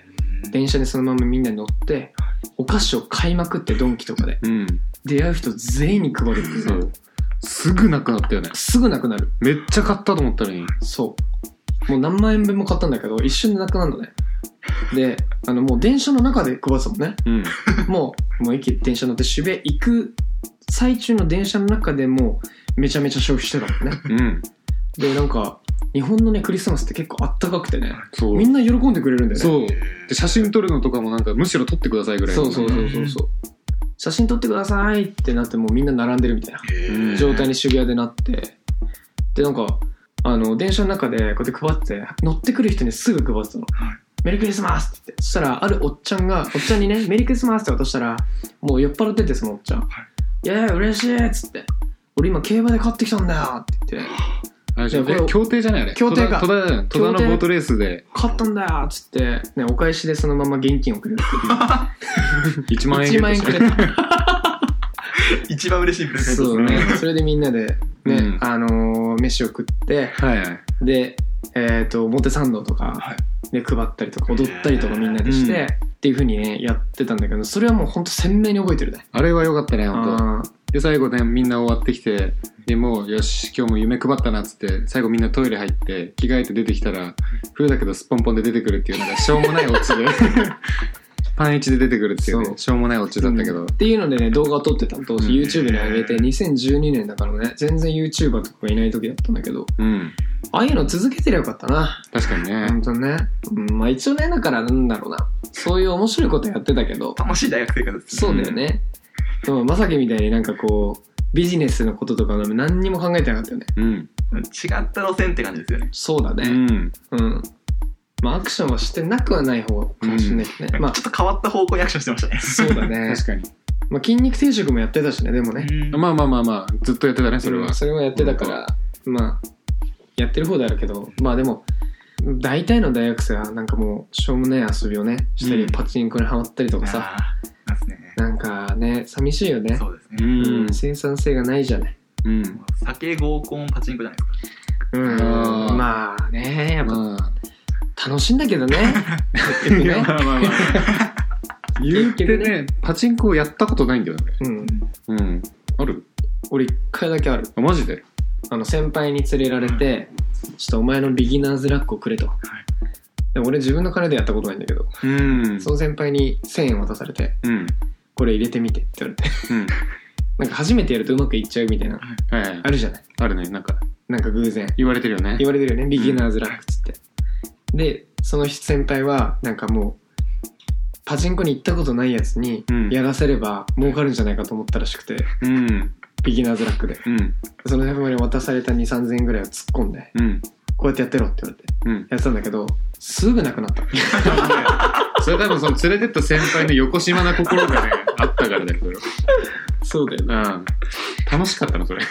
Speaker 1: 電車にそのままみんなに乗ってお菓子を買いまくってドンキとかで
Speaker 2: ううん
Speaker 1: 出会う人全員に配るっていうね
Speaker 2: そうすぐなくなったよね
Speaker 1: すぐなくなる
Speaker 2: めっちゃ買ったと思ったのに
Speaker 1: そうもう何万円分も買ったんだけど一瞬でなくなるのねであのもう電車の中で配ってたもんね
Speaker 2: うん
Speaker 1: もうもう駅電車乗って渋谷行く最中の電車の中でもうめちゃめちゃ消費してたもんね
Speaker 2: うん
Speaker 1: でなんか日本のねクリスマスって結構あったかくてね
Speaker 2: そう
Speaker 1: みんな喜んでくれるんだよね
Speaker 2: そうで写真撮るのとかもなんかむしろ撮ってくださいぐらい
Speaker 1: そうそうそうそうそう写真撮ってくださいってなってもうみんな並んでるみたいな
Speaker 2: うん
Speaker 1: 状態に渋谷でなってでなんかあの電車の中でこうやって配って乗ってくる人にすぐ配ってたの
Speaker 3: はい
Speaker 1: 「メリークリスマス!」って言ってそしたらあるおっちゃんがおっちゃんにね「メリークリスマス!」って渡したらもう酔っ払っててそのおっちゃん「いやいや嬉しい!」っつって「俺今競馬で買ってきたんだよ!」って言って
Speaker 2: あれでしょ
Speaker 1: いやこれ
Speaker 2: え協定じゃないあれ
Speaker 1: 協定か
Speaker 2: 戸田戸田戸田の
Speaker 1: 協定
Speaker 2: ボートレースで
Speaker 1: 「買ったんだよ!」っつって、ね、お返しでそのまま現金をくれる
Speaker 2: 1万円
Speaker 1: 1万円くれた
Speaker 3: 一番嬉しいプレゼントで
Speaker 1: そ
Speaker 3: す
Speaker 1: うね
Speaker 3: ね。
Speaker 1: それでみんなでね、
Speaker 2: うん
Speaker 1: あのー飯を食って
Speaker 2: はいはい
Speaker 1: で、えっと表参道とか
Speaker 3: は
Speaker 1: で配ったりとか踊ったりとかみんなでして、
Speaker 2: うん
Speaker 1: っていう風にねやってたんだけどそれはもうほんと鮮明に覚えてるね
Speaker 2: あれは良かったね本当
Speaker 1: あー
Speaker 2: で最後ねみんな終わってきてでもうよし今日も夢配ったなっつって最後みんなトイレ入って着替えて出てきたら冬だけどすっぽんぽんで出てくるっていうなんかしょうもないオチでパンイチで出てくるっていうね
Speaker 1: そう
Speaker 2: しょうもないオチだったけど、
Speaker 1: っていうのでね動画を撮ってたの当時
Speaker 2: うん
Speaker 1: YouTube に上げて2012年だからね全然 YouTuber とかがいない時だったんだけど
Speaker 2: うん
Speaker 1: ああいうの続けてりゃよかったな
Speaker 2: 確かにね、
Speaker 1: 本当にね、うん、まあ一応ねだからなんだろうなそういう面白いことやってたけど
Speaker 3: 楽しい大学生活ですね。
Speaker 1: そうだよね。でも、まさきみたいになんかこう、ビジネスのこととか何にも考えてなかったよね。
Speaker 2: うん
Speaker 3: 違った路線って感じですよね。
Speaker 1: そうだ
Speaker 2: う
Speaker 1: ね。
Speaker 2: ん
Speaker 1: うん。まあ、アクションはしてなくはない方かもしれないけどね。まあ
Speaker 3: ちょ、っと変わった方向にアクションしてましたね。
Speaker 1: そうだね。
Speaker 2: 確かに
Speaker 1: まあ、筋肉定食もやってたしね、でもね。
Speaker 2: まあまあまあまあずっとやってたねそれは、
Speaker 1: うんそれもやってたから、まあ、やってる方であるけど、まあでも、大体の大学生はなんかもう、しょうもない遊びをね、したり、
Speaker 2: うん
Speaker 1: パチンコにハマったりと
Speaker 3: あ
Speaker 1: か
Speaker 3: ー
Speaker 1: さ、
Speaker 3: なんすね。
Speaker 1: なんかね、寂しいよね。
Speaker 3: そうです
Speaker 2: う
Speaker 3: ね。
Speaker 2: ん
Speaker 1: うん、生産性がないじゃない。
Speaker 2: うん
Speaker 3: 酒合コンパチンコじゃないですか。
Speaker 1: うん、
Speaker 2: あー
Speaker 1: まあね、やっぱ
Speaker 2: まあ
Speaker 1: 楽しいんだけどね。結局
Speaker 2: いや
Speaker 1: ね
Speaker 2: まあまあまあ言うて
Speaker 1: 結
Speaker 2: ねパチンコをやったことないんだよね
Speaker 1: う
Speaker 2: 俺
Speaker 1: ん。
Speaker 2: うんある
Speaker 1: 俺一回だけある。
Speaker 2: あマジで
Speaker 1: あの、先輩に連れられて、ちょっとお前のビギナーズラックをくれと。でも俺自分の金でやったことないんだけど、
Speaker 2: うん
Speaker 1: その先輩に1000円渡されて、
Speaker 2: うん
Speaker 1: これ入れてみてって言われて。
Speaker 2: うん
Speaker 1: なんか初めてやるとうまくいっちゃうみたいな、
Speaker 2: はいはい
Speaker 1: あるじゃない。
Speaker 2: あるね、なんか、
Speaker 1: なんか偶然。
Speaker 2: 言われてるよね。
Speaker 1: 言われてるよね、ビギナーズラックっつって。で、その先輩は、なんかもう、パチンコに行ったことないやつに
Speaker 2: うん
Speaker 1: やらせれば儲かるんじゃないかと思ったらしくて、
Speaker 2: うん、
Speaker 1: ビギナーズラックで。
Speaker 2: うん、
Speaker 1: その辺まで渡された2、3000円ぐらいを突っ込んで、
Speaker 2: うん、
Speaker 1: こうやってやってろって言われて、
Speaker 2: うん。
Speaker 1: やってたんだけど、すぐなくなった。
Speaker 2: それ多分その連れてった先輩の横島な心がね、あったからだけど。う
Speaker 1: そうだよ。
Speaker 2: ん。楽しかったの、それ。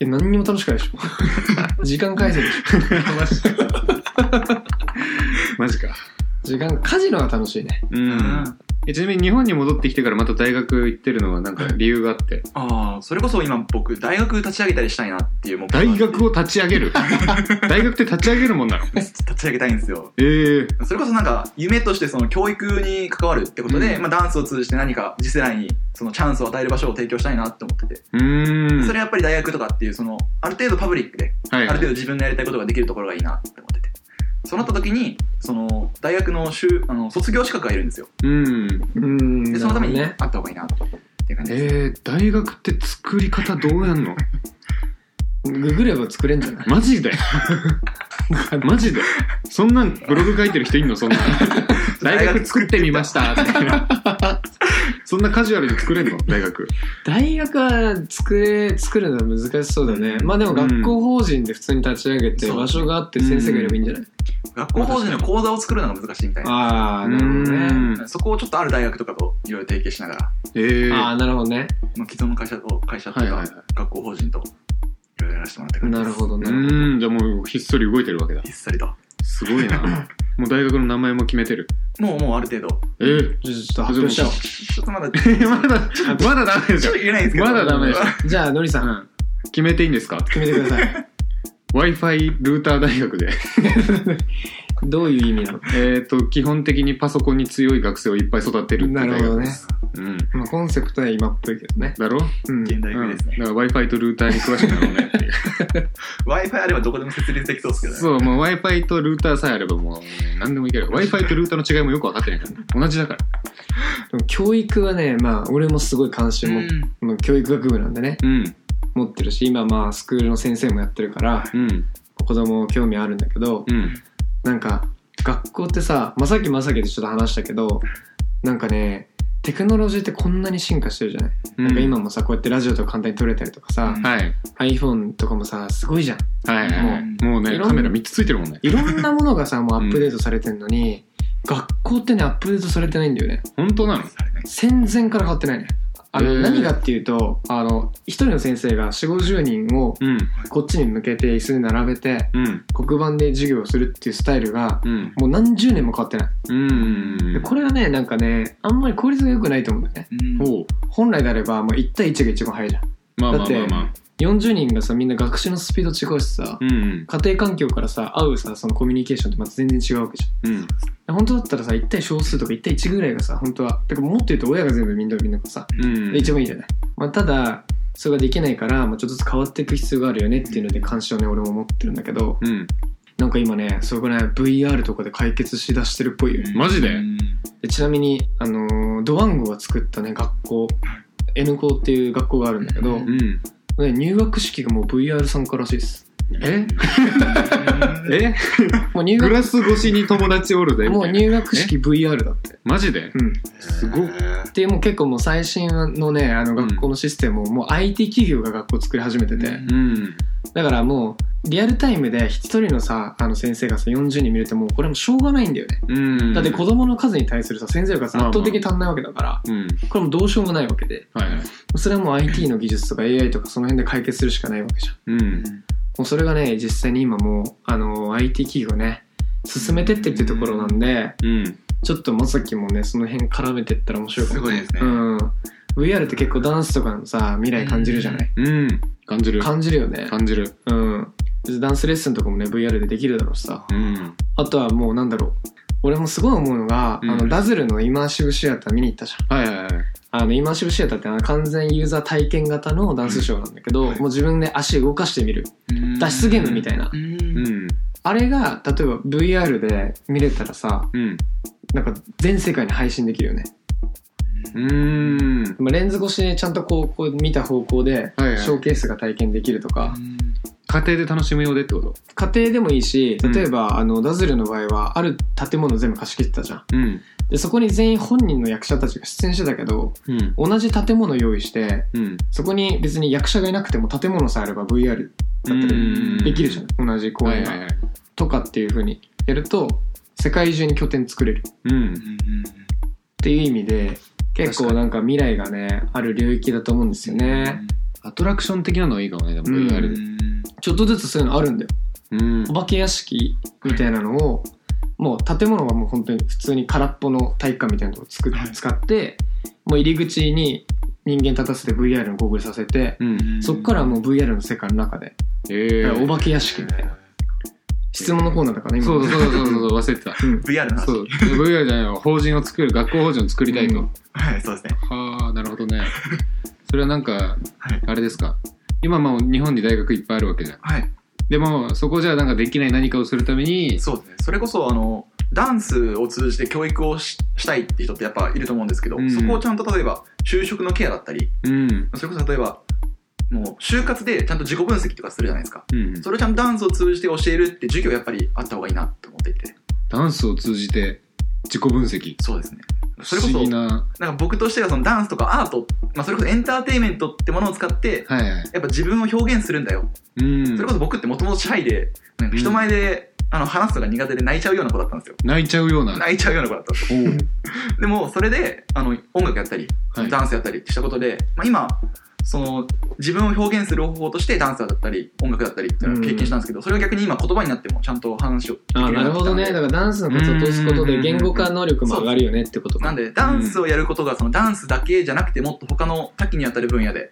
Speaker 1: え、何にも楽しくないでしょ。 時間返せでしょ。
Speaker 2: マジか。マジか。
Speaker 1: 時間、カジノは楽しいね。
Speaker 2: うん。
Speaker 3: あ
Speaker 2: えちなみに日本に戻ってきてからまた大学行ってるのはなんか理由があって。
Speaker 3: あー、それこそ今僕、大学立ち上げたりしたいなっていう目
Speaker 2: 大
Speaker 3: 標があって
Speaker 2: 学を立ち上げる 大学って立ち上げるもんなの
Speaker 3: 立ち上げたいんですよ。
Speaker 2: ええー。
Speaker 3: それこそなんか、夢としてその教育に関わるってことで、
Speaker 2: うん
Speaker 3: まあダンスを通じて何か次世代にそのチャンスを与える場所を提供したいなって思ってて。
Speaker 2: うーん。
Speaker 3: それはやっぱり大学とかっていう、その、ある程度パブリックで、
Speaker 2: は
Speaker 3: あ
Speaker 2: い
Speaker 3: る
Speaker 2: はい。
Speaker 3: 程度自分のやりたいことができるところがいいなって思ってて。そうなった時に、その、大学の就あの卒業資格がいるんですよ。
Speaker 2: うん。
Speaker 1: うーん。
Speaker 3: で、そのために
Speaker 1: な
Speaker 3: あ
Speaker 1: る
Speaker 3: った方がいいなっていう感じです。
Speaker 2: えー、大学って作り方どうやんの
Speaker 1: ググれば作れんじゃない
Speaker 2: マジでマジでそんなんブログ書いてる人いんのそんな大学作ってみましたみたいな そんなカジュアルに作れんの大学
Speaker 1: 大学は作れ作るのは難しそうだねまあでも学校法人で普通に立ち上げて
Speaker 3: うん
Speaker 1: 場所があって先生がいればいいんじゃない、
Speaker 3: 学校法人の講座を作るのが難しいみたいな。
Speaker 1: ああなるほど
Speaker 2: う
Speaker 1: ね
Speaker 2: ん
Speaker 3: そこをちょっとある大学とかといろいろ提携しながら、
Speaker 2: えー、
Speaker 1: ああなるほどね
Speaker 3: まあ、既存の会社と、会社と
Speaker 2: はいは
Speaker 3: か
Speaker 2: いはい、
Speaker 3: 学校法人と、いろいろやらせてもらって感じ
Speaker 1: な
Speaker 3: です
Speaker 1: るほど
Speaker 2: う
Speaker 1: なる
Speaker 2: んじゃあもうひっそり動いてるわけだ
Speaker 3: ひっそりと。
Speaker 2: すごいなもう大学の名前も決めてる
Speaker 3: もう、もうある程度。
Speaker 2: えー、
Speaker 1: ほどじゃあちょっと発表しちゃお
Speaker 3: ちょっとまだ、ちょっ
Speaker 2: えまだまだダメでし
Speaker 3: と
Speaker 2: ょ
Speaker 3: 言えないんですけど。
Speaker 2: まだダメでしょ
Speaker 1: うじゃあのりさん
Speaker 2: 決めていいんですか
Speaker 1: 決めてください
Speaker 2: w i f i ルーター大学で
Speaker 1: どういう意味なの
Speaker 2: えっと基本的にパソコンに強い学生をいっぱい育てるって
Speaker 1: な
Speaker 2: 大
Speaker 1: るほど
Speaker 2: 学で
Speaker 1: ね
Speaker 2: す、うん、
Speaker 1: まあコンセプトは今っぽいけどね
Speaker 2: だろ
Speaker 1: うん
Speaker 3: 現代
Speaker 2: う
Speaker 3: 風
Speaker 2: ん、
Speaker 3: で
Speaker 2: だ
Speaker 3: す
Speaker 2: か
Speaker 3: ね。
Speaker 2: ら Wi-Fi とルーターに詳しくなろうねっていう
Speaker 3: Wi-Fi あればどこでも設立できそうですけどね。
Speaker 2: そう、もう Wi-Fi とルーターさえあればもう、ね、何でもいける。Wi-Fi とルーターの違いもよく分かってないから、ね、同じだから。
Speaker 1: でも教育はねまあ俺もすごい関心も、
Speaker 3: ん。
Speaker 1: もう教育学部なんでね
Speaker 2: うん、
Speaker 1: 持ってるし今まあスクールの先生もやってるから
Speaker 2: うん、
Speaker 1: 子供興味あるんだけど、
Speaker 2: うん。
Speaker 1: なんか学校ってさまあさっきまさきでちょっと話したけどなんかねテクノロジーってこんなに進化してるじゃない、
Speaker 2: うん
Speaker 1: なんか今もさこうやってラジオとか簡単に撮れたりとかさ、
Speaker 3: うん
Speaker 2: はい。
Speaker 1: iPhone とかもさすごいじゃん
Speaker 2: はいはいはい。
Speaker 3: も
Speaker 2: もうね、
Speaker 1: いろん
Speaker 2: カメラ3つついてるもんね。
Speaker 1: いろんなものがさもうアップデートされてんのに、学校ってねアップデートされてないんだよね
Speaker 2: 本当なの
Speaker 1: 戦前から変わってないねあ
Speaker 2: へ
Speaker 1: の
Speaker 2: ー
Speaker 1: 何かっていうとあの一人の先生が4 5 0人を
Speaker 2: うん、
Speaker 1: こっちに向けて椅子に並べて
Speaker 2: うん、
Speaker 1: 黒板で授業をするっていうスタイルが
Speaker 2: うん、
Speaker 1: もう何十年も変わってない
Speaker 2: うん。
Speaker 1: でこれはねなんかねあんまり効率が良くないと思うんだよね
Speaker 3: うん。
Speaker 2: ほう。
Speaker 1: 本来であればもう1対1が一番早いじゃん
Speaker 2: まあま
Speaker 1: だっ
Speaker 2: あ
Speaker 1: て
Speaker 2: まあまあ。
Speaker 1: 40人がさみんな学習のスピード違うしさ、
Speaker 2: うん、うん、
Speaker 1: 家庭環境からさ合うさそのコミュニケーションってまた全然違うわけじ
Speaker 2: うん。
Speaker 1: ゃん本当だったらさ1対少数とか1対1ぐらいがさ本当はだからもっと言うと親が全部みんなみんながさ、
Speaker 2: うん、
Speaker 1: 一番いいじゃない、まあ、ただそれができないから、まあ、ちょっとずつ変わっていく必要があるよねっていうので関心をね俺も持ってるんだけど
Speaker 2: うん。
Speaker 1: なんか今ねそれがね VR とかで解決しだしてるっぽいよね
Speaker 2: マジで
Speaker 3: うん
Speaker 1: でちなみに、あのードワンゴが作ったね学校 N 校っていう学校があるんだけど、
Speaker 3: うん
Speaker 2: うん。
Speaker 1: ね、入学式がもう VR 参加らしいです
Speaker 2: え
Speaker 3: うん
Speaker 2: え
Speaker 1: もう 入
Speaker 2: グ
Speaker 1: 学
Speaker 2: ラス越しに友達おるで。
Speaker 1: も
Speaker 2: み
Speaker 1: う
Speaker 2: たいな
Speaker 1: 入学式 VR だって
Speaker 2: マジで
Speaker 1: うん
Speaker 2: すごっ
Speaker 3: へー
Speaker 1: でもう結構もう最新のねあの学校のシステムをもう IT 企業が学校作り始めてて、
Speaker 3: うん
Speaker 2: うん。
Speaker 1: だからもうリアルタイムで一人のさあの先生がさ40人見れてもうこれもしょうがないんだよね、
Speaker 2: うん。
Speaker 1: だって子供の数に対するさ先生が圧倒的に足んないわけだから、
Speaker 2: うん。
Speaker 1: これもどうしようもないわけで
Speaker 2: はいはい。
Speaker 1: それはもう IT の技術とか AI とかその辺で解決するしかないわけじゃん
Speaker 2: うん。
Speaker 1: もうそれがね実際に今もうあの IT 企業ね進めてってっていうところなんで
Speaker 2: うん。
Speaker 1: ちょっとまさきもねその辺絡めてったら面白いか
Speaker 3: す
Speaker 1: も
Speaker 3: ごいですね
Speaker 1: う。ん VR って結構ダンスとかのさ未来感じるじゃない、
Speaker 2: うん。感じる。
Speaker 1: 感じるよね
Speaker 2: 感じる。
Speaker 1: うんダンスレッスンとかもね VR でできるだろうしさ
Speaker 2: うん。
Speaker 1: あとはもうなんだろう俺もすごい思うのが、
Speaker 2: うん
Speaker 1: あのダズルのイマーシブシアター見に行ったじゃん
Speaker 2: はいはいはい。
Speaker 1: あのイマーシブシアターってあの完全ユーザー体験型のダンスショーなんだけど、もう自分で足動かしてみる
Speaker 3: うん
Speaker 1: 脱出ゲームみたいな
Speaker 3: うん
Speaker 2: うん。
Speaker 1: あれが例えば VR で見れたらさ
Speaker 2: うん。
Speaker 1: なんか全世界に配信できるよね、
Speaker 2: うーん。
Speaker 1: まあ、レンズ越しにちゃんとこうこう見た方向でシ
Speaker 2: はいはい
Speaker 1: ョーケースが体験できるとか、
Speaker 2: 家庭で楽しむようでってこと
Speaker 1: 家庭でもいいし
Speaker 2: うん
Speaker 1: 例えば、あのダズルの場合はある建物全部貸し切ってたじゃん
Speaker 2: うん。
Speaker 1: でそこに全員本人の役者たちが出演してたけど
Speaker 2: うん。
Speaker 1: 同じ建物用意して
Speaker 2: うん。
Speaker 1: そこに別に役者がいなくても建物さえあれば VR だったりできるじゃ
Speaker 2: ん。
Speaker 1: ん同じ公
Speaker 2: はい
Speaker 1: 園
Speaker 2: は
Speaker 1: が、
Speaker 2: いはい。
Speaker 1: とかっていう風にやると世界中に拠点作れる
Speaker 2: うん。
Speaker 1: っていう意味で結構なんか未来がねある領域だと思うんですよね
Speaker 2: アトラクション的なのはいいかもね、でも
Speaker 1: うん
Speaker 2: VR で。
Speaker 3: ん
Speaker 1: ちょっとずつそういうのあるんだよ
Speaker 2: うん
Speaker 1: お。化け屋敷みたいなのをもう建物はもう本当に普通に空っぽの体育館みたいなのを作っ
Speaker 3: はい
Speaker 1: 使ってもう入り口に人間立たせて VR のゴーグルさせて
Speaker 2: うん。
Speaker 1: そっからもう VR の世界の中で
Speaker 2: ええ。
Speaker 1: だからお化け屋敷みたいな質問のコーナーだからね今
Speaker 2: そうそうそうそうそう、忘れてた。
Speaker 3: VR の話
Speaker 2: そう。VR じゃないよ。法人を作る、学校法人を作りたいと。
Speaker 1: うん
Speaker 3: はいそうですね
Speaker 2: はあなるほどねそれはなんか
Speaker 3: はい
Speaker 2: あれですか今まあ日本に大学いっぱいあるわけじゃん
Speaker 3: はい
Speaker 2: でもそこじゃなんかできない何かをするために
Speaker 3: そうですねそれこそあのダンスを通じて教育をししたいって人ってやっぱいると思うんですけど、
Speaker 2: うん
Speaker 3: そこをちゃんと例えば就職のケアだったり
Speaker 2: うん
Speaker 3: それこそ例えばもう就活でちゃんと自己分析とかするじゃないですか
Speaker 2: うん
Speaker 3: それをちゃんとダンスを通じて教えるって授業やっぱりあった方がいいなと思っていて
Speaker 2: ダンスを通じて自己分析
Speaker 3: そうですねそれ
Speaker 2: 不思
Speaker 3: こそ
Speaker 2: 議
Speaker 3: なん
Speaker 2: な
Speaker 3: か僕としてはそのダンスとかアート、まあ、それこそエンターテインメントってものを使って
Speaker 2: はいはい
Speaker 3: やっぱ自分を表現するんだよ
Speaker 2: うん
Speaker 3: それこそ僕ってもともとシャイでなんか人前で、あの話すのが苦手で泣いちゃうような子だったんですよ
Speaker 2: 泣いちゃうような
Speaker 3: 泣いちゃうような子だったんです
Speaker 2: おう
Speaker 3: でもそれであの音楽やったり
Speaker 2: はい
Speaker 3: ダンスやったりしたことで、まあ、今その自分を表現する方法としてダンスだったり音楽だったりっていうのを経験したんですけど、それが逆に今言葉になってもちゃんと話をでき
Speaker 1: あ
Speaker 3: るよう
Speaker 1: ー
Speaker 3: に
Speaker 1: なる
Speaker 3: なって
Speaker 1: ほ
Speaker 3: きた
Speaker 1: ど
Speaker 3: の
Speaker 1: ね
Speaker 3: で
Speaker 1: だからダンスのコツを通すことで言語化能力も上がるよねってこと
Speaker 3: な
Speaker 1: か
Speaker 3: んでダンスをやることがそのダンスだけじゃなくてもっと他の多岐にあたる分野で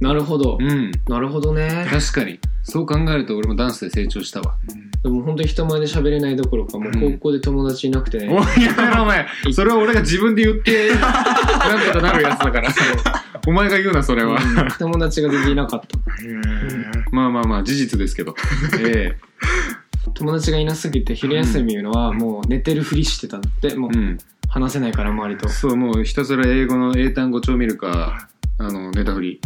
Speaker 1: なるほど
Speaker 2: うん
Speaker 1: なるほどね
Speaker 2: 確かにそう考えると俺もダンスで成長した わ
Speaker 1: でも本当に人前で喋れないどころかもう高校で友達いなくてね、
Speaker 2: おいやめろお前 それは俺が自分で言って なんとかなるやつだからお前が言うなそれは
Speaker 1: うん友達ができなかった
Speaker 2: まあまあまあ事実ですけどえ
Speaker 1: 友達がいなすぎて昼休みいうのはもう寝てるふりしてたんだってもう
Speaker 2: えうん
Speaker 1: 話せないから周りと
Speaker 2: そうもうひたすら英語の英単語帳見るかあのネタ振り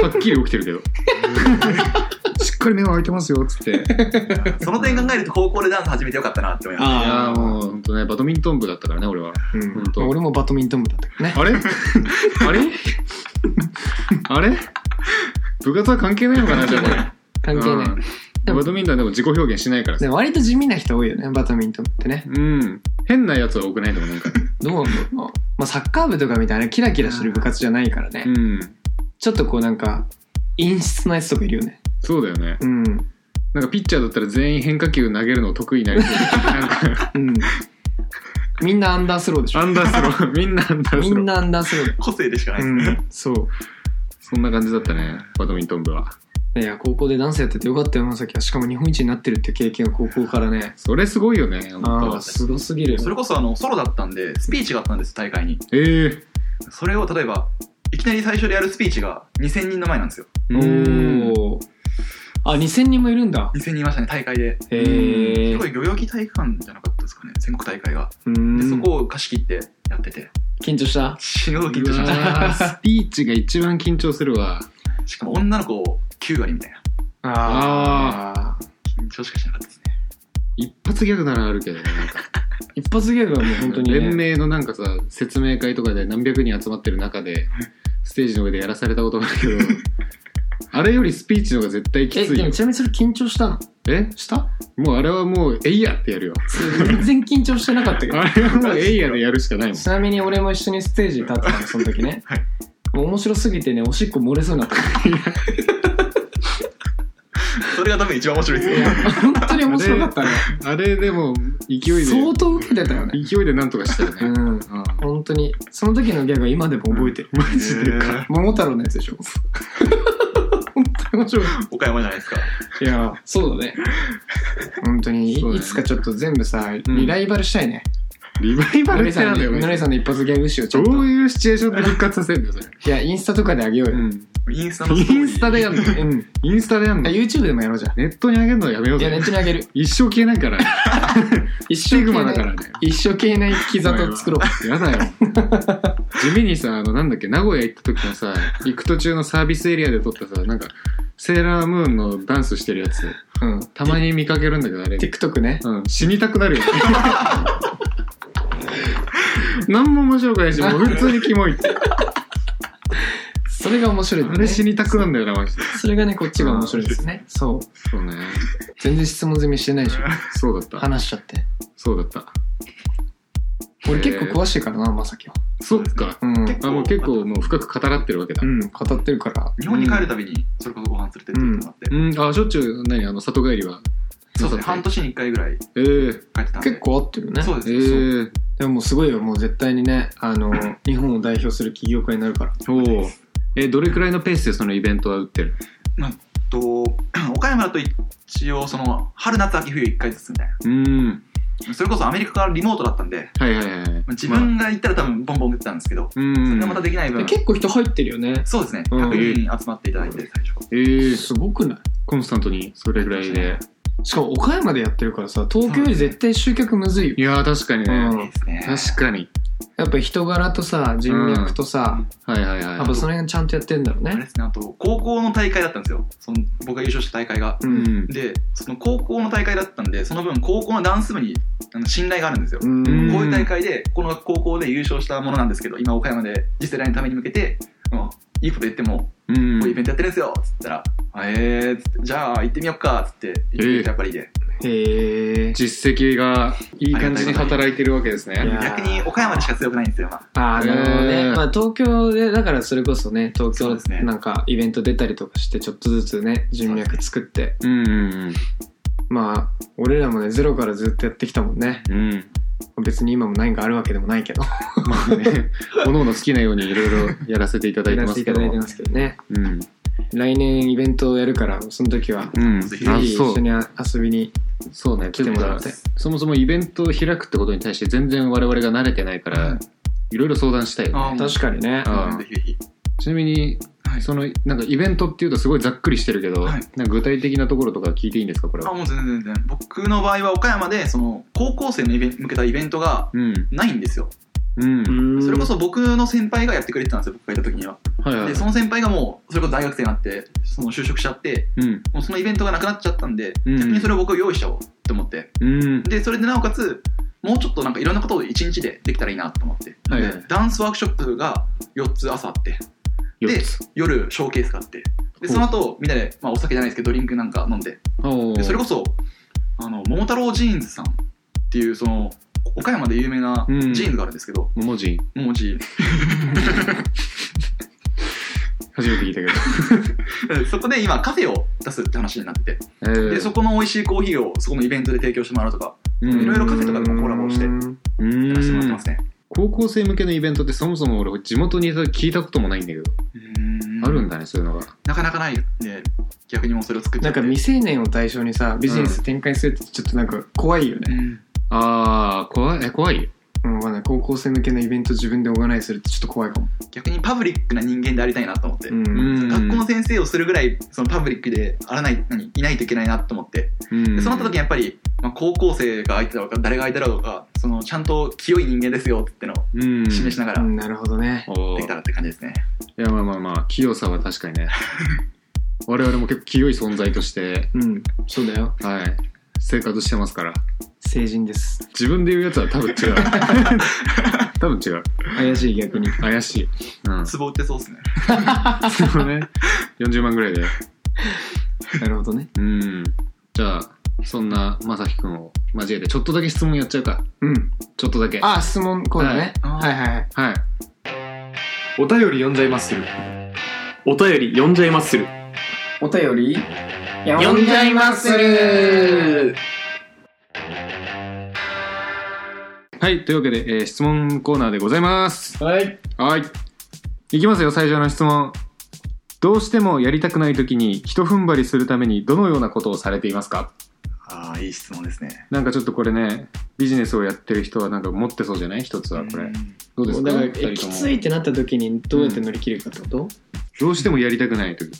Speaker 2: はっきり起きてるけ どしっかり目は開いてますよっつって
Speaker 3: その点考えると高校でダンス始めてよかったなって思います
Speaker 2: いや
Speaker 1: ああ
Speaker 2: もう本当ねバドミントン部だったからね俺は
Speaker 1: うん
Speaker 2: 本当
Speaker 1: まあ俺もバドミントン部だったけどね
Speaker 2: あれあれ あれ部活は関係ないのかなじゃあこれ
Speaker 1: 関係ない、
Speaker 2: うんバドミントンでも自己表現しないからさ
Speaker 1: でも割と地味な人多いよねバドミントンってね
Speaker 2: うん変なやつは多くないでもなんか
Speaker 1: どうなんだろうな、まあ、サッカー部とかみたいなキラキラしてる部活じゃないからね、
Speaker 2: うん
Speaker 1: ちょっとこうなんか陰湿なやつとかいるよね
Speaker 2: そうだよね
Speaker 1: うん
Speaker 2: なんかピッチャーだったら全員変化球投げるの得意なやつなんか
Speaker 1: うんみんなアンダースローでしょ
Speaker 2: アンダースロー みんなアンダー
Speaker 1: み
Speaker 2: スロ
Speaker 1: ん
Speaker 2: ー
Speaker 1: なアンダースロー
Speaker 3: 個性でしかないで
Speaker 1: う
Speaker 3: すね、
Speaker 1: ん、そう。
Speaker 2: そんな感じだったねバドミントン部はい
Speaker 1: や、高校でダンスやっててよかったよ、まさきは。しかも日本一になってるって経験は高校からね。
Speaker 2: それすごいよね本
Speaker 1: あ
Speaker 2: 当
Speaker 1: あ、すごすぎるよ。
Speaker 3: それこそあのソロだったんでスピーチがあったんです大会に
Speaker 2: ええ
Speaker 3: それを例えばいきなり最初でやるスピーチが2000人の前なんですよ
Speaker 2: うーん
Speaker 1: おーあ、2000人もいるんだ。
Speaker 3: 2000人いましたね大会で
Speaker 1: へ
Speaker 3: す
Speaker 1: え
Speaker 3: ご。い代々木体育館じゃなかったですかね全国大会が
Speaker 1: う
Speaker 3: でそ
Speaker 1: ん。
Speaker 3: こを貸し切ってやってて
Speaker 1: 緊張した
Speaker 3: 死ぬほど緊張しまし
Speaker 2: うわースピーチが一番緊張するわ
Speaker 3: たしかも女の子9割みたいな
Speaker 1: ああ。
Speaker 3: 緊張しかしなかったですね
Speaker 2: 一発ギャグならあるけどねなんか
Speaker 1: 一発ギャグはもう本当に、ね。
Speaker 2: 連盟のなんかさ説明会とかで何百人集まってる中でステージの上でやらされたことがある けどあれよりスピーチの方が絶対き
Speaker 1: え、
Speaker 2: つい
Speaker 1: で
Speaker 2: よ
Speaker 1: もちなみにそれ緊張したの
Speaker 2: え
Speaker 1: した
Speaker 2: もうあれはもう「えいや!」ってやるよ
Speaker 1: 全然緊張してなかったけど。
Speaker 2: あれはもう「えいや!」でやるしかないもん
Speaker 1: ちなみに俺も一緒にステージ立ってたの、その 時ね。
Speaker 3: はい
Speaker 1: もう面白すぎてね、おしっこ漏れそうになった。
Speaker 3: それが多分一番面白いです
Speaker 1: いや
Speaker 3: ね
Speaker 1: 本当に面白かったね。
Speaker 2: あれでも勢いで
Speaker 1: 相当受けてたよね。
Speaker 2: 勢いでなんとかしたよ
Speaker 1: う
Speaker 2: ね、
Speaker 1: ん。
Speaker 2: うん
Speaker 1: 本当にその時のギャグは今でも覚えてる、
Speaker 2: マジでか、
Speaker 1: 桃太郎のやつでしょ本当に面白い
Speaker 3: 岡山じゃないですか
Speaker 1: いやそうだね本当にい,、
Speaker 2: そうだね
Speaker 1: つかちょっと全部さリライバルしたいね
Speaker 2: リバイバ
Speaker 1: の
Speaker 2: ル
Speaker 1: り
Speaker 2: って
Speaker 1: さ
Speaker 2: なんだ
Speaker 1: んの
Speaker 2: よ
Speaker 1: のり
Speaker 2: ね
Speaker 1: さんの一発ギャグ集をち
Speaker 2: ど
Speaker 1: ょっと
Speaker 2: ういうシチュエーションで復活させるんだよそれ、
Speaker 1: いやインスタとかであげようよ、
Speaker 2: うん、
Speaker 3: インスタのスト
Speaker 2: イ
Speaker 3: ー
Speaker 2: ン
Speaker 3: リ
Speaker 2: スタ
Speaker 3: ー
Speaker 2: でやんの
Speaker 1: うん
Speaker 2: インスタでやん
Speaker 1: あ
Speaker 2: の
Speaker 1: YouTube でもやろうじゃん
Speaker 2: ネットに上げるのやめよう
Speaker 1: いやネ
Speaker 2: ぜ
Speaker 1: ットにあげる
Speaker 2: 一生消えないから
Speaker 1: 一
Speaker 2: シ
Speaker 1: 生
Speaker 2: グ
Speaker 1: 懸
Speaker 2: マだから
Speaker 1: 命
Speaker 2: ね。
Speaker 1: 一生懸命生きざと作ろう
Speaker 2: やだよ。 地味にさ、あの、なんだっけ、名古屋行った時のさ、行く途中のサービスエリアで撮ったさ、なんか、セーラームーンのダンスしてるやつ、
Speaker 1: うん
Speaker 2: たまに見かけるんだけど、あれ。
Speaker 1: TikTok ね
Speaker 2: うん、死にたくな るよ。何も面白くないし、もう普通にキモ いって。
Speaker 1: それが面白いん
Speaker 2: あ
Speaker 1: だよ
Speaker 2: れ
Speaker 1: ね
Speaker 2: 死にたくなんだよな、マジで。
Speaker 1: それがねこっちが面白いですねそう
Speaker 2: そうね。
Speaker 1: 全然質問済みしてないでしょ
Speaker 2: そうだった。
Speaker 1: 話しちゃって
Speaker 2: そうだった。
Speaker 1: 俺結構詳しいからなまさきは
Speaker 2: そっか。
Speaker 1: うん
Speaker 2: あ、もう結構もう深く語らってるわけだ
Speaker 1: う。ん、語ってるから。
Speaker 3: 日本に帰るたびにそれこそご飯連れてってもらって、
Speaker 2: うん、あ、しょっちゅう、何、あの、里帰りは。
Speaker 3: そうですね半年に1回ぐらい帰
Speaker 2: ええ
Speaker 3: ってたんで
Speaker 1: 結構合ってるね。
Speaker 3: そう
Speaker 2: ええ
Speaker 3: ですね、
Speaker 1: でももうすごいよ、もう絶対にね、あの、日本を代表する起業家になるから。
Speaker 2: おお。え、どれくらいのペースでそのイベントは打ってる
Speaker 3: と 岡山だと一応その春夏秋冬1回ずつみたいな
Speaker 2: うん。
Speaker 3: それこそアメリカからリモートだったんで
Speaker 2: はいはいはい。
Speaker 3: まあ自
Speaker 2: まあ
Speaker 3: 分が行ったら多分ボンボン打ってたんですけど、
Speaker 2: うん。
Speaker 3: それがまたできない
Speaker 1: で
Speaker 3: 分
Speaker 1: 結構人入ってるよね。
Speaker 3: そうですね
Speaker 1: うん
Speaker 3: 100人集まっていただいて最初
Speaker 2: えー、
Speaker 1: すごくない
Speaker 2: コンスタントにそれぐらいで。
Speaker 1: しかも岡山でやってるからさ、東京より絶対集客むずいよ。
Speaker 2: いやー、確かに
Speaker 1: う
Speaker 2: ね。
Speaker 1: ん
Speaker 3: いいですね
Speaker 2: 確かに。
Speaker 1: やっぱ人柄とさ人脈とさ、
Speaker 2: はいはいはい
Speaker 1: やっぱその辺ちゃんとやってんだろう
Speaker 3: あれ
Speaker 1: ね
Speaker 3: ですねあと高校の大会だったんですよその僕が優勝した大会が
Speaker 1: う
Speaker 2: うんん
Speaker 3: でその高校の大会だったんでその分高校のダンス部にあの信頼があるんですよ、
Speaker 1: うん
Speaker 2: うん
Speaker 3: こういう大会でこの高校で優勝したものなんですけど今岡山で次世代のために向けて、うん、いいこと言っても
Speaker 2: うん
Speaker 3: こういうイベントやってるんですよっつったら「あえー」っつって「じゃあ行ってみようか」っつって行ってくれてやっぱりで、
Speaker 1: へえ
Speaker 2: 実績がいい感じに働いてるわけです
Speaker 1: いや
Speaker 2: ね
Speaker 3: 逆に岡山でしか強くないんですよ、まあ
Speaker 1: ああなるほどね、
Speaker 2: えー
Speaker 1: まあ、東京でだからそれこそね東
Speaker 3: そう
Speaker 1: 京
Speaker 3: ですね
Speaker 1: なんかイベント出たりとかしてちょっとずつね人脈作って、
Speaker 2: うんうん
Speaker 1: まあ俺らもねゼロからずっとやってきたもんね
Speaker 2: うんうん
Speaker 1: 別に今も何かあるわけでもないけど
Speaker 2: まあね おのおの好きなようにいろいろやらせていただいて
Speaker 1: やら
Speaker 2: ま
Speaker 1: せて
Speaker 2: すけ
Speaker 1: いた
Speaker 2: ど
Speaker 1: だい
Speaker 2: も
Speaker 1: てますけどね
Speaker 2: うん
Speaker 1: 来年イベントをやるからその時は
Speaker 2: うん
Speaker 3: ぜひ
Speaker 1: ぜ
Speaker 2: あ
Speaker 1: ひ
Speaker 2: そ
Speaker 1: 一
Speaker 2: う
Speaker 1: 緒に遊びに
Speaker 2: そうね
Speaker 1: 来てもらっ
Speaker 2: とい
Speaker 1: て
Speaker 2: うことはそもそもイベントを開くってことに対して全然我々が慣れてないからいろいろ相談したいよね
Speaker 3: あ
Speaker 1: 確かにね
Speaker 2: あ
Speaker 3: うんぜひぜひ
Speaker 2: ちなみに
Speaker 3: はい
Speaker 2: そのなんかイベントっていうとすごいざっくりしてるけど、
Speaker 3: はい
Speaker 2: なんか具体的なところとか聞いていいんですかこれ
Speaker 3: あ
Speaker 2: は。
Speaker 3: もう全然全然僕の場合は岡山でその高校生のイベン向けたイベントが
Speaker 2: うん、
Speaker 3: ないんですよ
Speaker 2: うん、
Speaker 1: そ
Speaker 3: それこ
Speaker 1: そ
Speaker 3: そ僕の先輩がやってくれてたんですよ僕がいた時には
Speaker 2: はいはい
Speaker 3: で。その先輩がもうそれこそ大学生になってその就職しちゃって
Speaker 2: うん、
Speaker 3: もうそのイベントがなくなっちゃったんで
Speaker 2: うん
Speaker 3: 逆にそれを僕用意しちゃおうと思って
Speaker 2: うん、
Speaker 3: でそれでなおかつもうちょっとなんかいろんなことを1日でできたらいいなと思って、
Speaker 2: はい
Speaker 3: でダンスワークショップが4つ朝あって
Speaker 2: 四
Speaker 3: で
Speaker 2: つ。
Speaker 3: 夜ショーケースがあってで
Speaker 2: ほう
Speaker 3: その後みんなで、まあ、お酒じゃないですけどドリンクなんか飲んででそれこ
Speaker 2: そ、
Speaker 3: そあの桃太郎ジーンズさんっていうその岡山で有名な
Speaker 2: うん
Speaker 3: ジーンズがあるんですけど、
Speaker 2: 文字
Speaker 3: 桃ジ
Speaker 2: 初めて聞いたけど。
Speaker 3: ーンそこで今カフェを出すって話になってて、
Speaker 2: えー
Speaker 3: でそこの美味しいコーヒーをそこのイベントで提供してもらうとか
Speaker 2: うん
Speaker 3: いろいろカフェとかでもコラボし
Speaker 2: う
Speaker 3: てやらせてもらって
Speaker 2: ん
Speaker 3: ますね
Speaker 2: 高校生向けのイベントってそもそも俺地元にいた時聞いたこともないんだけど、あるんだねそういうのが
Speaker 3: なかなかないんで逆にもうそれを作っち
Speaker 1: な
Speaker 3: ゃっ
Speaker 1: ん
Speaker 3: て
Speaker 1: か未成年を対象にさビジネス展開するってちょっとなんか怖いよ
Speaker 3: う
Speaker 1: ね、
Speaker 3: ん
Speaker 2: ああ怖いえ怖い
Speaker 1: うんわかんない高校生向けのイベント自分でオーガナイズするってちょっと怖いかも、
Speaker 3: 逆にパブリックな人間でありたいなと思って、
Speaker 1: うん
Speaker 2: うん
Speaker 3: 学校の先生をするぐらいそのパブリックであらない何いないといけないなと思って
Speaker 2: うん
Speaker 3: でそうなった時にやっぱり、まあ、高校生が相手だろうか誰が相手だろうかそのちゃんと清い人間ですよってのを
Speaker 2: うん
Speaker 3: 示しながら
Speaker 1: うんなるほどね
Speaker 2: おー
Speaker 3: できたらって感じですね、
Speaker 2: いやまあまあまあ器用さは確かに ね我々も結構清い存在として
Speaker 1: うんそうだよ
Speaker 2: はい生活してますから
Speaker 1: 成人です
Speaker 2: 自分で言うやつは多分違 う多分違う
Speaker 1: 怪しい逆 に
Speaker 2: 怪しいうん
Speaker 3: 壺売ってそうですね
Speaker 2: そうね40万ぐらいで
Speaker 1: なるほどね
Speaker 2: うんじゃあそんなまさきくんを交えてちょっとだけ質問やっちゃうか
Speaker 1: うん
Speaker 2: ちょっとだけ
Speaker 1: あ質問コーナーね、
Speaker 3: は
Speaker 1: はいい、はいはい
Speaker 2: はい
Speaker 4: お便り読んじゃいまするお便り読んじゃいまする
Speaker 1: お便り
Speaker 4: 呼んじゃいまする
Speaker 2: はいというわけで、えー質問コーナーでございます
Speaker 1: はい
Speaker 2: はいいきますよ最初の質問どうしてもやりたくない時に一踏ん張りするためにどのようなことをされていますか
Speaker 3: ああいい質問ですね
Speaker 2: なんかちょっとこれねビジネスをやってる人はなんか持ってそうじゃない一つはこれ、
Speaker 3: うん
Speaker 2: どうですか
Speaker 1: だから
Speaker 2: 二人とも
Speaker 1: えきついってなった時にどうやって乗り切るかってこと、
Speaker 2: どうしてもやりたくない時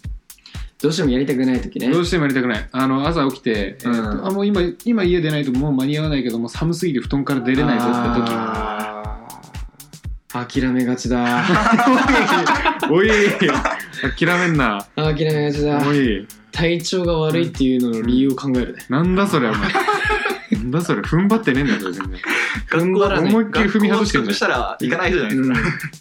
Speaker 1: どうしてもやりたくない時ね
Speaker 2: どうしてもやりたくないあの朝起きて、えーっと
Speaker 1: うん
Speaker 2: あもう今今家出ないともう間に合わないけどもう寒すぎて布団から出れないぞって時
Speaker 1: あー諦めがちだ
Speaker 2: おい諦めんな
Speaker 1: 諦めがちだ
Speaker 2: おい
Speaker 1: 体調が悪いっていうのの理由を考えるね、
Speaker 2: なんだそれお前なんだそれ踏ん張ってねえんだよそれ全然
Speaker 1: 踏ん張らない
Speaker 2: 思いっきり踏み外してん
Speaker 3: 学校を遅刻
Speaker 2: じ
Speaker 3: したら行かない人じゃないです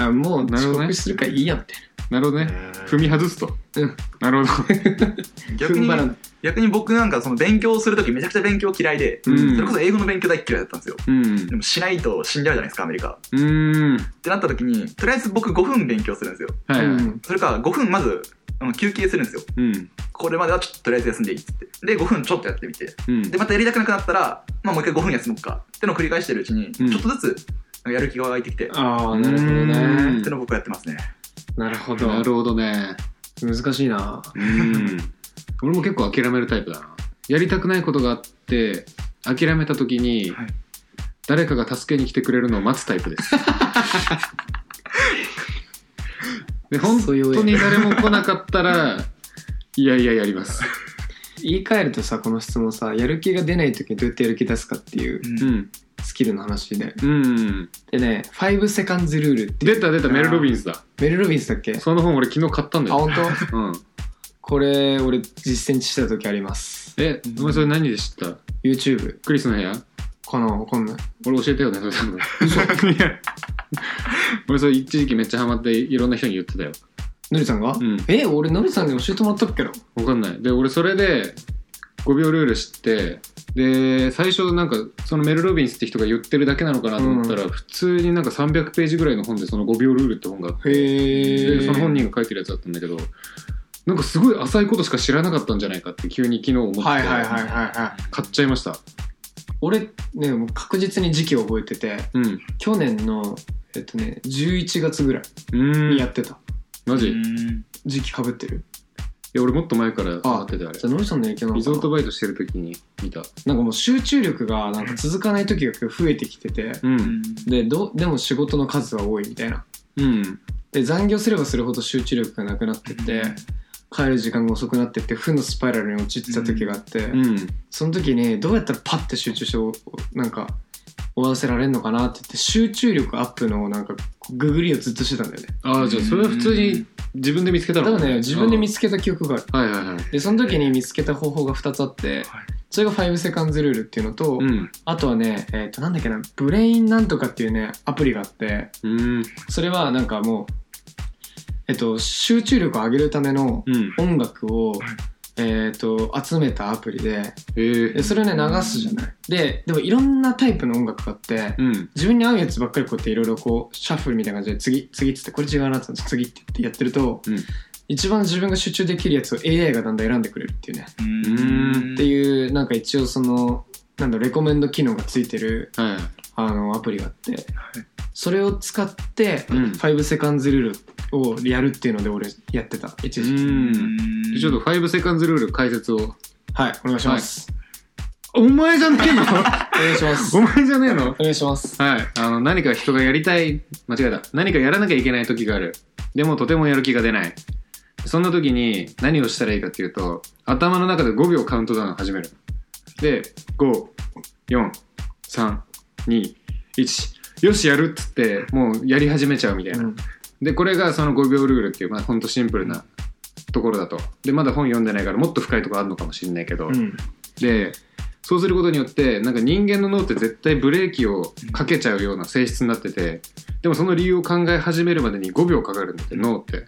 Speaker 1: うんあもう
Speaker 2: なるほ
Speaker 1: 遅
Speaker 2: どね
Speaker 1: 刻するからいいやみたい
Speaker 2: ゃんなるほどね踏み外すと
Speaker 1: うん
Speaker 2: なるほど
Speaker 3: か
Speaker 1: な
Speaker 3: 逆
Speaker 1: 踏ん張らな
Speaker 3: に
Speaker 1: い
Speaker 3: 逆に僕なんかその勉強するときめちゃくちゃ勉強嫌いで、
Speaker 2: うん
Speaker 3: それこそ英語の勉強大っ嫌いだったんですよ
Speaker 2: うん
Speaker 3: でもしないと死んじゃうじゃないですかアメリカ
Speaker 2: うーん
Speaker 3: ってなった時にとりあえず僕5分勉強するんですよ
Speaker 2: はいはい
Speaker 1: うん
Speaker 3: それから5分まずあの休憩するんですよ
Speaker 2: うん
Speaker 3: これまではちょっととりあえず休んでいいっつってで5分ちょっとやってみて
Speaker 2: うん
Speaker 3: でまたやりたくなくなったら、まあ、もう一回5分休もうかってのを繰り返してるうちに、
Speaker 2: うん
Speaker 3: ちょっとずつなんかやる気が湧いてきて、
Speaker 1: ああなるほど
Speaker 2: う
Speaker 1: ね
Speaker 2: ん
Speaker 3: ってのを僕はやってますね
Speaker 1: なるほど
Speaker 2: なるほどね
Speaker 1: 難しいな
Speaker 2: うん俺も結構諦めるタイプだなやりたくないことがあって諦めた時に、
Speaker 3: はい
Speaker 2: 誰かが助けに来てくれるのを待つタイプです で本
Speaker 1: そういう
Speaker 2: 当に誰も来なかったらいやいややります
Speaker 1: 言い換えるとさこの質問さやる気が出ない時にどうやってやる気出すかっていう
Speaker 3: う
Speaker 2: うんん
Speaker 1: スキルの話で
Speaker 2: うん。
Speaker 1: でね「5セカンズルール」っていう
Speaker 2: 出た出た、メル・ロビンスだ。
Speaker 1: メル・ロビンスだっけあ
Speaker 2: その本俺昨日買ったんだよ。
Speaker 1: 本当
Speaker 2: うん。
Speaker 1: これ俺実践した時あります
Speaker 2: え、お前それ何で知った
Speaker 1: YouTube
Speaker 2: クリスの部屋
Speaker 1: このこんな
Speaker 2: 俺教えたよね、それ多分。いや。俺それ一時期めっちゃハマっていろんな人に言ってたよ。
Speaker 1: のりさんが、
Speaker 2: うん
Speaker 1: え俺のりさんに教えてもらったっけな
Speaker 2: わかんない。で、俺それで5秒ルール知って、で、最初なんかそのメル・ロビンスって人が言ってるだけなのかなと思ったら、普通になんか300ページぐらいの本でその5秒ルールって本があって、
Speaker 1: へ
Speaker 2: でその本人が書いてるやつだったんだけど、なんかすごい浅いことしか知らなかったんじゃないかって急に昨日思って、
Speaker 1: はいはいはいはいはい
Speaker 2: 買っちゃいました。
Speaker 1: 俺ねもう確実に時期を覚えてて
Speaker 2: うん。
Speaker 1: 去年のえっとね11月ぐらいう
Speaker 2: ーん。
Speaker 1: にやってた、
Speaker 2: マ
Speaker 3: う
Speaker 2: ジ、い
Speaker 3: ん
Speaker 1: 時期かぶってる
Speaker 2: や、俺もっと前からハマっててあれ
Speaker 1: じ。ゃあのりさんの影響な
Speaker 2: リ
Speaker 1: のか
Speaker 2: ゾ
Speaker 1: な
Speaker 2: ートバイトしてる時に見た。
Speaker 1: なんかもう集中力がなんか続かない時が増えてきてて
Speaker 2: うん。
Speaker 1: でどでも仕事の数は多いみたいな
Speaker 2: うん。
Speaker 1: で残業すればするほど集中力がなくなってって、帰る時間が遅くなってって負のスパイラルに陥ってた時があって、
Speaker 2: うん。
Speaker 1: その時にどうやったらパッて集中しておなんか終わらせられるのかなって言って集中力アップのなんかググりをずっとしてたんだよね
Speaker 2: ああ、じゃあそれは普通に自分で見つけた
Speaker 1: 多
Speaker 2: の
Speaker 1: 分ね自分で見
Speaker 2: つ
Speaker 1: つけた記憶がある
Speaker 2: はいはいはい。
Speaker 1: でその時に見つけた方法が2つあって、
Speaker 3: はい
Speaker 1: それが5セカンズルールっていうのと、
Speaker 2: うん。
Speaker 1: あとはね、えっとなんだっけなブレインなんとかっていうねアプリがあって
Speaker 2: うん。
Speaker 1: それはなんかもう、えっと集中力を上げるための
Speaker 2: うん。
Speaker 1: 音楽を、
Speaker 3: い
Speaker 1: えっと集めたアプリで
Speaker 2: えー
Speaker 1: でそれをね流すじゃないででもいろんなタイプの音楽があって
Speaker 2: うん。
Speaker 1: 自分に合うやつばっかりこうやっていろいろこうシャッフルみたいな感じで次次っつってこれ違うなっつって次って言ってやってると、
Speaker 2: うん
Speaker 1: 一番自分が集中できるやつを AI がだんだん選んでくれるっていうね、
Speaker 3: うん
Speaker 1: っていうなんか一応そのなんだろうレコメンド機能がついてる
Speaker 2: はい。
Speaker 1: あのアプリがあって、それを使って
Speaker 2: うん。
Speaker 1: 5セカンズルールをやるっていうので俺やってた一時、
Speaker 2: うん。ちょっと5セカンズルール解説を。
Speaker 1: はいお願いします、
Speaker 2: お前じゃねえの
Speaker 1: お願いしま す
Speaker 2: お
Speaker 1: お
Speaker 2: 前じゃねえの
Speaker 1: 願いします
Speaker 2: はい。あの、何か人がやりたい、間違えた。何かやらなきゃいけない時がある。でもとてもやる気が出ない。そんな時に何をしたらいいかっていうと、頭の中で5秒カウントダウンを始める。で、5、4、3、2、1。よし、やるっつって、もうやり始めちゃうみたいな。
Speaker 1: うん
Speaker 2: で、これがその5秒ルールっていう、まあほんとシンプルなところだと。で、まだ本読んでないからもっと深いところあるのかもしれないけど。
Speaker 1: うん
Speaker 2: でそうすることによってなんか人間の脳って絶対ブレーキをかけちゃうような性質になっててでもその理由を考え始めるまでに5秒かかるんだって脳って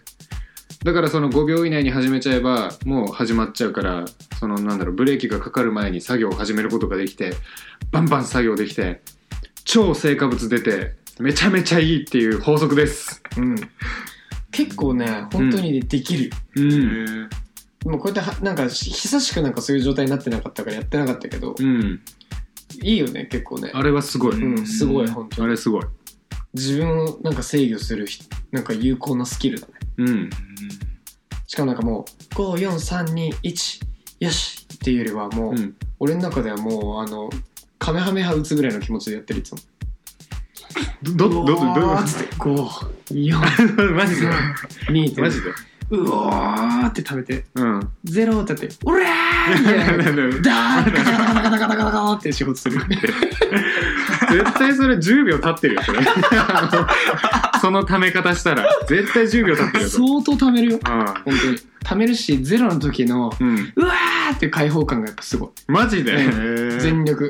Speaker 2: だからその5秒以内に始めちゃえばもう始まっちゃうからそのなんだろうブレーキがかかる前に作業を始めることができてバンバン作業できて超成果物出てめちゃめちゃいいっていう法則です
Speaker 1: うん結構ね本当にできるよ、
Speaker 2: う
Speaker 3: うんん
Speaker 1: もうこうやってはなんかし久しくなんかそういう状態になってなかったからやってなかったけど、
Speaker 2: うん
Speaker 1: いいよね結構ね
Speaker 2: あれはすごい
Speaker 1: うんすごい本当
Speaker 2: あ
Speaker 1: に
Speaker 2: れすごい
Speaker 1: 自分をなんか制御するひなんか有効なスキルだね
Speaker 2: うん
Speaker 1: しかもなんかもう54321よしっていうよりはもう、
Speaker 2: うん
Speaker 1: 俺の中ではもうあのカメハメハ打つぐらいの気持ちでやってるいつも
Speaker 2: どどどど
Speaker 3: うわ
Speaker 2: ど
Speaker 3: ー
Speaker 1: つって 54321
Speaker 2: マジでマジで
Speaker 1: うおーって食べて
Speaker 2: うん
Speaker 1: ゼロってやって「オラー!」みたいなダーンガタガタガタガタガタガタって仕事する
Speaker 2: 絶対それ10秒経ってるよ、 それ。あのそのため方したら。絶対10秒経ってるよ、それ。
Speaker 1: 相当貯めるよ
Speaker 2: あ
Speaker 1: 本当に貯めるしゼロの時の
Speaker 2: あうん。
Speaker 1: うわーっていう解放感がやっぱすごい
Speaker 2: マジで、
Speaker 1: う全力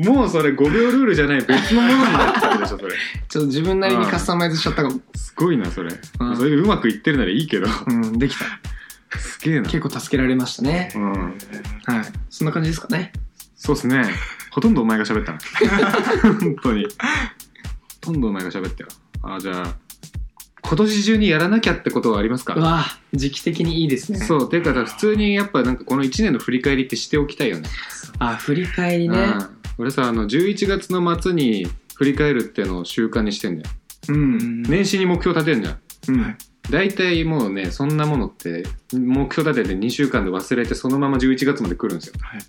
Speaker 2: もうそれ5秒ルールじゃない別のものになっちゃうでしょ、それ。
Speaker 1: ちょっと自分なりにカスタマイズしちゃったかも、
Speaker 2: すごいな、それ。
Speaker 1: ん
Speaker 2: それでうまくいってるならいいけど。
Speaker 1: うん、できた
Speaker 2: すげえな。
Speaker 1: 結構助けられましたね
Speaker 2: うん。
Speaker 1: はいそんな感じですかね
Speaker 2: そうっすね。ほとんどお前が喋ったな。 本当に。ほとんどお前が喋ったよ。ああ、じゃあ、今年中にやらなきゃってことはありますか
Speaker 1: うわあ時期的にいいですね
Speaker 2: そう、ていうかさ、普通にやっぱなんかこの1年の振り返りってしておきたいよね。
Speaker 1: あ振り返りね
Speaker 2: うん俺さあの11月の末に振り返るっていうのを習慣にしてんだよ
Speaker 1: うん
Speaker 2: 年始に目標立てるんじゃん
Speaker 1: うん
Speaker 2: 大体もうねそんなものって目標立てて2週間で忘れてそのまま11月まで来るんですよ、
Speaker 3: はい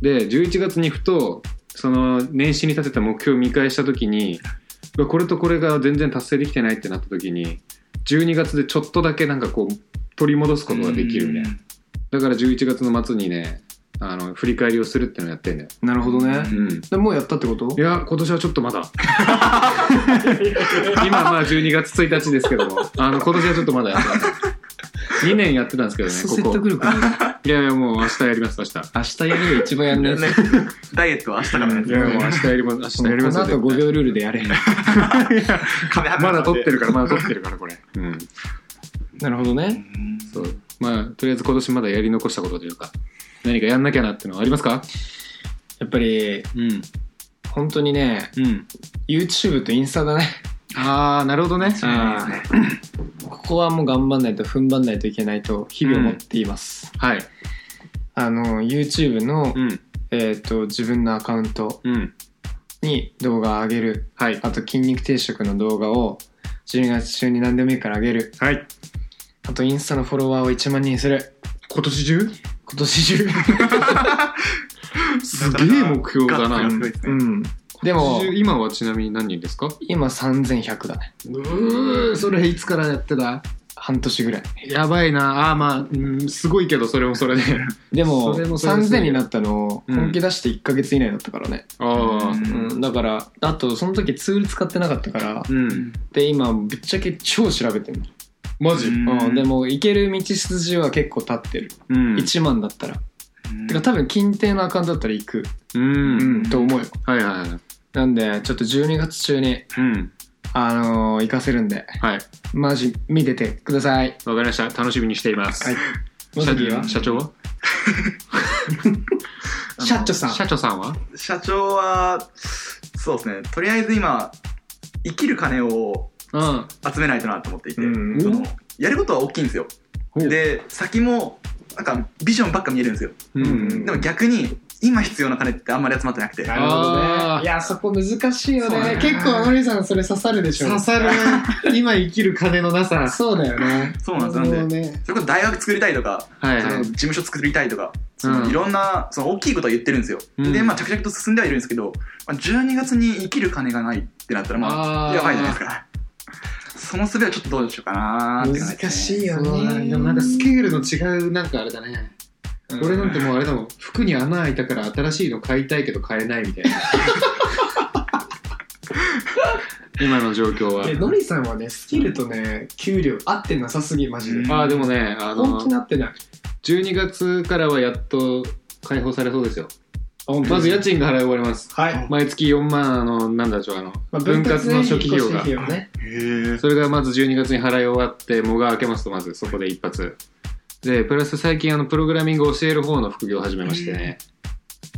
Speaker 2: で11月にふとその年始に立てた目標を見返した時にうわこれとこれが全然達成できてないってなった時に12月でちょっとだけなんかこう取り戻すことができるみたいなだから11月の末にね、ああの振り返りをするっていうのをやってんだよ、
Speaker 1: なるほどね
Speaker 2: うん、
Speaker 1: でもうやったってこと
Speaker 2: いや今年はちょっとまだ 今まあ12月1日ですけどもあの今年はちょっとまだやってない2年やってたんですけどね
Speaker 1: そう説
Speaker 2: ここ
Speaker 1: 得力あ
Speaker 2: い
Speaker 1: る
Speaker 2: やいやもう明日やります明日
Speaker 1: 明日やるよ一番 やんないやつ
Speaker 3: ねダイエットは明日からのや
Speaker 2: いやもう
Speaker 3: つ
Speaker 2: 明日やります明日やり
Speaker 1: こ
Speaker 2: ます
Speaker 1: の
Speaker 2: よ
Speaker 1: 後5秒ルールでやれ
Speaker 3: 壁はめ
Speaker 2: まだ
Speaker 3: な
Speaker 2: 撮
Speaker 3: の
Speaker 2: っ
Speaker 3: で
Speaker 2: てるからまだ撮ってるからこれうん
Speaker 1: なるほどね
Speaker 3: うん
Speaker 2: そうまあとりあえず今年まだやり残したことというか何かやんなきゃなっていうのはありますか
Speaker 1: やっぱり
Speaker 2: うん
Speaker 1: 本当にね
Speaker 2: うん
Speaker 1: YouTube とインスタだね
Speaker 2: ああなるほどね
Speaker 1: あー ここはもう頑張んないと踏ん張んないといけないと日々思っています、
Speaker 2: はい
Speaker 1: あの YouTube の、
Speaker 2: うん
Speaker 1: えー、と自分のアカウント
Speaker 2: うん
Speaker 1: に動画を上げる
Speaker 2: はい
Speaker 1: あと筋肉定食の動画を12月中に何でもいいから上げる
Speaker 2: はい
Speaker 1: あとインスタのフォロワーを1万人にする
Speaker 2: 今年中
Speaker 1: 今年中
Speaker 2: すげえ目標だな
Speaker 3: ガッツが強いです
Speaker 1: う
Speaker 3: ね
Speaker 1: んでも
Speaker 2: 今はちなみに何人ですか
Speaker 1: 今3100だね
Speaker 2: うーそれいつからやってた
Speaker 1: 半年ぐらい
Speaker 2: やばいなあーまあ、うん、すごいけどそれもそ れで
Speaker 1: でも
Speaker 2: それもそれです
Speaker 1: 3000
Speaker 2: ね
Speaker 1: になったの
Speaker 2: うん
Speaker 1: 本気出して1ヶ月以内だったからね、
Speaker 2: ああ
Speaker 1: うんだからあとその時ツール使ってなかったから
Speaker 2: うん
Speaker 1: で今ぶっちゃけ超調べてる
Speaker 2: マジ
Speaker 3: うん
Speaker 1: うん、でも行ける道筋は結構立ってる、
Speaker 2: うん
Speaker 1: 1万だったら、
Speaker 3: うん
Speaker 1: てか多分近定のアカウントだったら行く、
Speaker 2: うん、
Speaker 1: うんと思うよ
Speaker 2: はいはいはい
Speaker 1: なんでちょっと12月中に
Speaker 2: うん
Speaker 1: あのー行かせるんで
Speaker 2: はい
Speaker 1: マジ見ててください
Speaker 2: わかりました楽しみにしています、
Speaker 1: はいま
Speaker 2: 社
Speaker 1: さきは
Speaker 2: 社長は
Speaker 1: 社長さん
Speaker 2: 社長さんは
Speaker 3: 社長はそうですねとりあえず今生きる金を
Speaker 2: うん
Speaker 3: 集めないとなと思っていて、
Speaker 1: うん
Speaker 3: そのやることは大きいんですよ
Speaker 2: お
Speaker 3: で先もなんかビジョンばっか見えるんですよ
Speaker 1: うん
Speaker 3: でも逆に今必要な金ってあんまり集まってなくて
Speaker 1: なるほど
Speaker 2: あ
Speaker 1: ね
Speaker 2: ー
Speaker 1: いやそこ難しいよ
Speaker 2: そうだ
Speaker 1: ね
Speaker 2: ね
Speaker 1: 結構あのりさんそれ刺さるでしょ
Speaker 2: 刺さる ね今生きる金のなさ
Speaker 1: そうだよね
Speaker 3: そうなんです
Speaker 1: なるほ
Speaker 3: な
Speaker 1: ど
Speaker 3: んで
Speaker 1: ね
Speaker 3: それこそ大学作りたいとか、
Speaker 2: はい
Speaker 3: そ
Speaker 2: はい
Speaker 3: の事務所作りたいとかその
Speaker 2: うん
Speaker 3: いろんなその大きいことは言ってるんですよ、
Speaker 2: うん
Speaker 3: でまあ着々と進んではいるんですけど、まあ、12月に生きる金がないってなったらま
Speaker 2: あ
Speaker 3: あ
Speaker 2: ー
Speaker 3: やばいじゃないですかその術はちょっとどうしようかなーって感じ
Speaker 1: 難
Speaker 3: です
Speaker 1: し
Speaker 3: ね
Speaker 1: いよ
Speaker 2: そうだね
Speaker 1: ね
Speaker 2: でもなんかスケールの違うなんかあれだね俺なんてもうあれだもん服に穴開いたから新しいの買いたいけど買えないみたいな 今の状況は
Speaker 1: えのりさんはねスキルとね給料合ってなさすぎマジで、
Speaker 3: うん
Speaker 2: ああでもねあの
Speaker 1: 本気になってない
Speaker 2: 12月からはやっと解放されそうですよま
Speaker 1: ま
Speaker 2: ず
Speaker 1: ず
Speaker 2: 家
Speaker 1: やつ
Speaker 2: 賃が払い終わります
Speaker 1: はい、
Speaker 2: 毎月4万あのなんだでしょうあの、分割の初期費用が
Speaker 1: ね、
Speaker 3: へえ
Speaker 2: それがまず12月に払い終わって、もが明けますと、まずそこで一発。で、プラス最近あの、プログラミングを教える方の副業を始めましてね。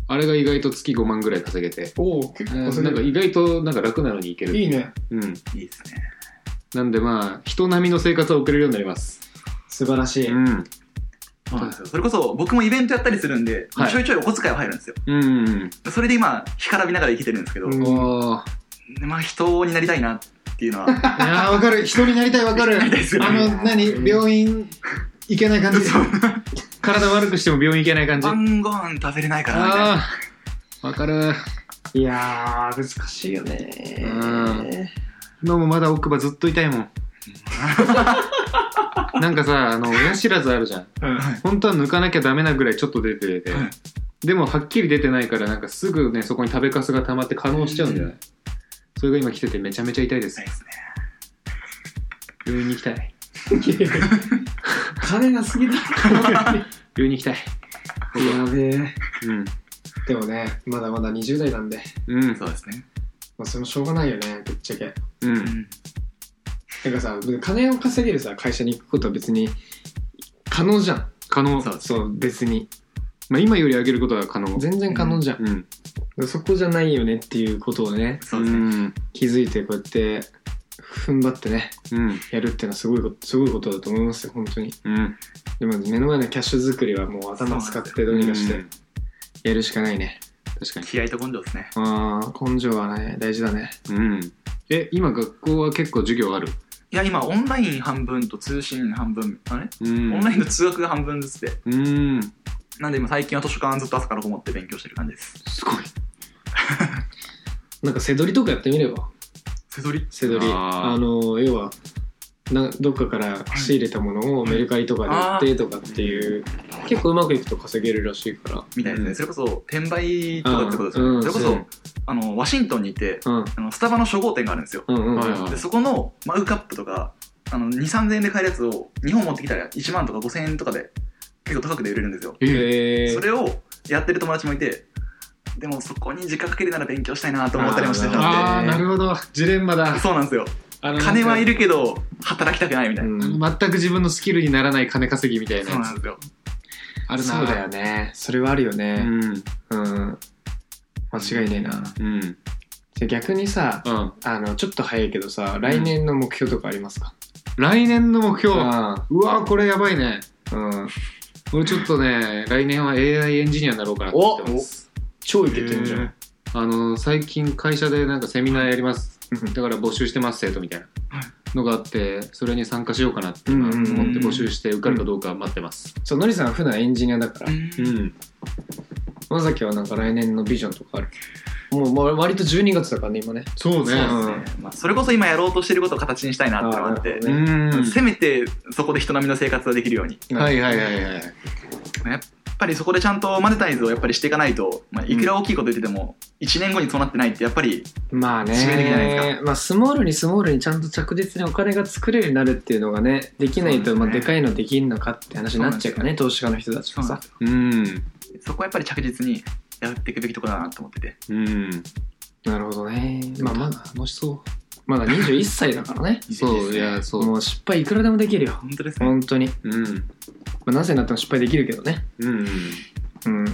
Speaker 2: あれが意外と月5万ぐらい稼げて。
Speaker 1: おお結構そ
Speaker 2: な
Speaker 1: れ
Speaker 2: んか意外となんか楽なのにいける。
Speaker 1: いいね
Speaker 2: うん。
Speaker 3: いいですね
Speaker 2: なんでまあ、人並みの生活を送れるようになります。
Speaker 1: 素晴らしい、
Speaker 2: うん。
Speaker 3: そうなんですよそれこそ僕もイベントやったりするんで、
Speaker 2: はい
Speaker 3: ちょいちょいお小遣いは入るんですよ
Speaker 2: うん。
Speaker 3: それで今干からびながら生きてるんですけど、
Speaker 1: うん
Speaker 2: おー。
Speaker 3: まあ人になりたいなっていうの
Speaker 2: い
Speaker 3: は
Speaker 2: やーわかる。人になりたいわかる。
Speaker 3: ですよね
Speaker 2: あの、何病院行けない感じ。体悪くしても病院行けない感じ。あ
Speaker 3: 晩ご飯食べれないからみたいな
Speaker 2: あー。わかる。
Speaker 1: いやー難しいよね
Speaker 2: うん今もまだ奥歯ずっと痛いもん。なんかさ、あの、親知らずあるじゃん。
Speaker 1: うん
Speaker 2: 本当は抜かなきゃダメなぐらいちょっと出てて、
Speaker 3: は
Speaker 2: でもはっきり出てないから、なんかすぐね、そこに食べかすが溜まって可能しちゃうんじゃない、それが今来ててめちゃめちゃ痛いです
Speaker 3: 痛い。ですね
Speaker 2: 病院に行きたい。
Speaker 1: 金が過ぎた
Speaker 2: 病院に行きたい。
Speaker 1: やべえ
Speaker 2: うん。
Speaker 1: でもねまだまだ20代なんで、
Speaker 2: うん
Speaker 3: そ。うですね、
Speaker 1: まあ、それもしょうがないよねぶっちゃけ
Speaker 2: うん。
Speaker 1: なんかさ金を稼げるさ会社に行くことは別に可能じゃん
Speaker 2: 可能。
Speaker 3: そうです
Speaker 1: そう別に
Speaker 2: まあ今より上げることは可能。
Speaker 1: 全然可能じゃん、
Speaker 2: うん。
Speaker 1: そこじゃないよねっていうことをね
Speaker 3: そうですね、
Speaker 2: ん。
Speaker 1: 気づいてこうやって踏ん張ってね
Speaker 2: うん。
Speaker 1: やるっていうのはすごいことすごいことだと思いますよ本当に
Speaker 2: うん。
Speaker 1: でも目の前のキャッシュ作りはもう頭使ってどうにかし
Speaker 2: う
Speaker 1: て
Speaker 2: ん
Speaker 1: やるしかないね
Speaker 2: 確かに。
Speaker 3: 気合と根性ですね
Speaker 1: ああ根性はね大事だね
Speaker 2: うん。え、今学校は結構授業ある
Speaker 3: いや今オンライン半分と通信半分あれ、
Speaker 2: うん
Speaker 3: オンラインと通学が半分ずつで
Speaker 2: うん。
Speaker 3: なんで今最近は図書館ずっと朝からこもって勉強してる感じです
Speaker 2: すごい。
Speaker 1: なんか背取りとかやってみれば
Speaker 3: せどり
Speaker 1: 背取り
Speaker 2: あー
Speaker 1: あの要はなどっかから仕入れたものをメルカリとかで売ってとかっていう結構うまくいくと稼げるらしいか
Speaker 3: みたいですね、
Speaker 2: うん
Speaker 3: それこそ転売とかってことですよ
Speaker 1: う
Speaker 3: ね、
Speaker 1: ん
Speaker 3: それこ
Speaker 1: う
Speaker 3: そ
Speaker 1: ん
Speaker 3: あのワシントンにいて
Speaker 1: らうん
Speaker 3: あのスタバの初号店があるんですよ
Speaker 1: うんうん
Speaker 2: はい
Speaker 1: うん
Speaker 2: はい
Speaker 3: でそこのマグカップとかあの2 3 0円で買えるやつを日本持ってきたら1万とか5000円とかで結構高くで売れるんですよ
Speaker 1: へ
Speaker 3: それをやってる友達もいてでもそこに時間かけるなら勉強したいなと思ったりもしてたん
Speaker 2: ああなるほどジレンマだ
Speaker 3: でそうなんですよ
Speaker 2: あの
Speaker 3: 金はい
Speaker 2: る
Speaker 3: るけど働きたくないみたいな、
Speaker 1: うん
Speaker 2: 全く自分のスキルにならない金稼ぎみたいな
Speaker 3: そう
Speaker 2: や
Speaker 3: な
Speaker 2: つ
Speaker 3: んですよ
Speaker 2: あるな
Speaker 1: そうだよねそれはあるよねうん、間違いねえな
Speaker 2: うんうん
Speaker 1: じゃあ逆にさ
Speaker 2: うん
Speaker 1: あのちょっと早いけどさ来年の目標とかありますか、
Speaker 2: 来年の目標
Speaker 1: あ
Speaker 2: うわーこれやばいね
Speaker 1: あうん
Speaker 2: 俺ちょっとね来年は AI エンジニアになろうかなと思ってます
Speaker 1: 超イケてんじゃん、
Speaker 2: あの最近会社でなんかセミナーやりますだから募集してます生徒みたいな
Speaker 3: はい
Speaker 2: のがあってそれに参加しようかなって今
Speaker 1: うんうんうん
Speaker 2: 思って募集して受かるかどうか待ってます
Speaker 1: そうのりさんは普段エンジニアだから
Speaker 2: うん
Speaker 1: まさきはなんか来年のビジョンとかあるもうま割と12月だからね今ね
Speaker 2: そう
Speaker 3: そうです
Speaker 2: ね
Speaker 3: ね、まあ、それこそ今やろうとしてることを形にしたいなってのがあって
Speaker 1: あ
Speaker 2: う
Speaker 1: ー
Speaker 2: ん
Speaker 3: せめてそこで人並みの生活ができるように
Speaker 2: はいはいはいはい
Speaker 3: やっぱりそこでちゃんとマネタイズをやっぱりしていかないと、まあ、いくら大きいこと言ってても1年後にそうなってないってやっぱり
Speaker 1: まあね
Speaker 3: 締め的じゃないです
Speaker 1: まあ、スモールにスモールにちゃんと着実にお金が作れるようになるっていうのがねできないと
Speaker 3: そうですね
Speaker 1: まあ、でかいのできんのかって話になっちゃうからね投資家の人たち
Speaker 3: そ
Speaker 1: が
Speaker 3: うな
Speaker 1: さ
Speaker 3: んですよ
Speaker 2: うん
Speaker 3: そこはやっぱり着実にやっていくべきところだなと思ってて
Speaker 2: うん
Speaker 1: なるほどねまあまだもしそうまだ21歳だからね
Speaker 2: そういやそう
Speaker 1: もう失敗いくらでもできるよ
Speaker 3: 本当ですね
Speaker 1: 本当に、
Speaker 2: うん
Speaker 1: まあ、何歳になっても失敗できるけどね
Speaker 2: うんうんで
Speaker 1: うん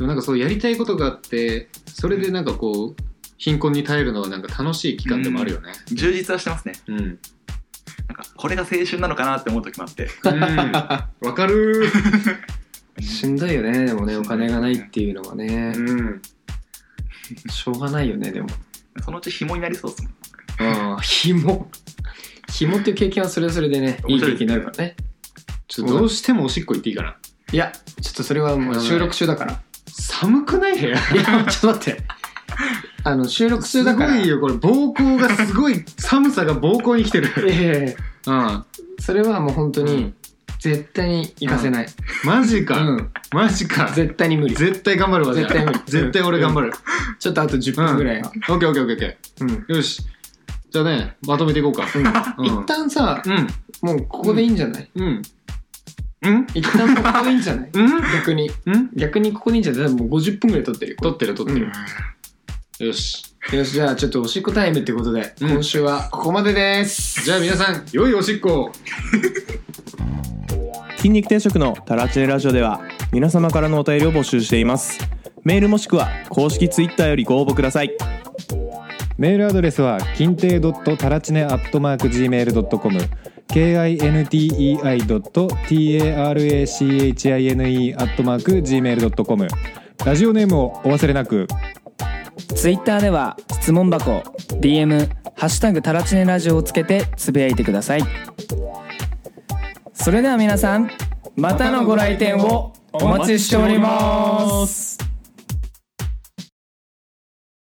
Speaker 2: もなんかそうやりたいことがあってそれでなんかこう貧困に耐えるのはなんか楽しい期間でもあるよね
Speaker 3: 充実はしてますね
Speaker 2: うん
Speaker 3: なんかこれが青春なのかなって思う時もあって
Speaker 2: うんわかるー。
Speaker 1: しんどいよねでもね
Speaker 3: しんど
Speaker 1: お
Speaker 3: い
Speaker 1: 金がないっていうのはね、
Speaker 2: うん。
Speaker 1: しょうがないよねでも
Speaker 3: そのうち紐になりそうですもん
Speaker 1: ああ紐 紐っていう経験はそれはそれでねいい経験になるからね
Speaker 2: ちょっとどうしてもおしっこ行っていいかな。
Speaker 1: いやちょっとそれはもう収録中だから
Speaker 2: 寒くない部屋
Speaker 1: いやちょっと待ってあの収録中
Speaker 2: す
Speaker 1: だ
Speaker 2: ご
Speaker 1: から
Speaker 2: いよ、これ。膀胱がすごい、寒さが膀胱に来てる。
Speaker 1: いやいやいや
Speaker 2: うん。
Speaker 1: それはもう本当
Speaker 2: う
Speaker 1: に絶対に行かせない、
Speaker 2: マジ
Speaker 1: う
Speaker 2: か。
Speaker 1: ん
Speaker 2: マジか。
Speaker 1: 絶対に無理
Speaker 2: 絶対頑張るわ、じゃあ
Speaker 1: 絶対無理
Speaker 2: 絶対俺頑張る。
Speaker 1: ちょっとあと10分ぐらい
Speaker 2: オ
Speaker 1: は、
Speaker 2: ッケーオッケーオッケーオッケ
Speaker 1: うん
Speaker 2: ー。よし。じゃあね、まとめていこうか。 うん。
Speaker 1: 一旦さもうここでいいんじゃない、
Speaker 2: うん。うん。うん
Speaker 1: 一旦ここでいいんじゃ ない
Speaker 2: うん
Speaker 1: 逆に
Speaker 2: うん
Speaker 1: 逆にここでいいんじゃない多分もう50分ぐらい撮ってるよこれ
Speaker 2: 撮ってる撮ってる。よし。
Speaker 1: よしじゃあちょっとおしっこタイムってことで、
Speaker 2: うん
Speaker 1: 今週はここまでです
Speaker 2: じゃあ皆さん、良いおしっこを
Speaker 5: 筋肉定食のタラチネラジオでは皆様からのお便りを募集していますメールもしくは公式ツイッターよりご応募ください
Speaker 6: メールアドレスは金亭ドットタラチネアットマーク gmail ドットコム k i n t e i ドット t a r a c h i n e アットマーク gmail ドットコムラジオネームをお忘れなく。
Speaker 7: ツイッターでは質問箱 DM「ハッシュタグタラチネラジオ」をつけてつぶやいてくださいそれでは皆さんまたのご来店をお待ちしております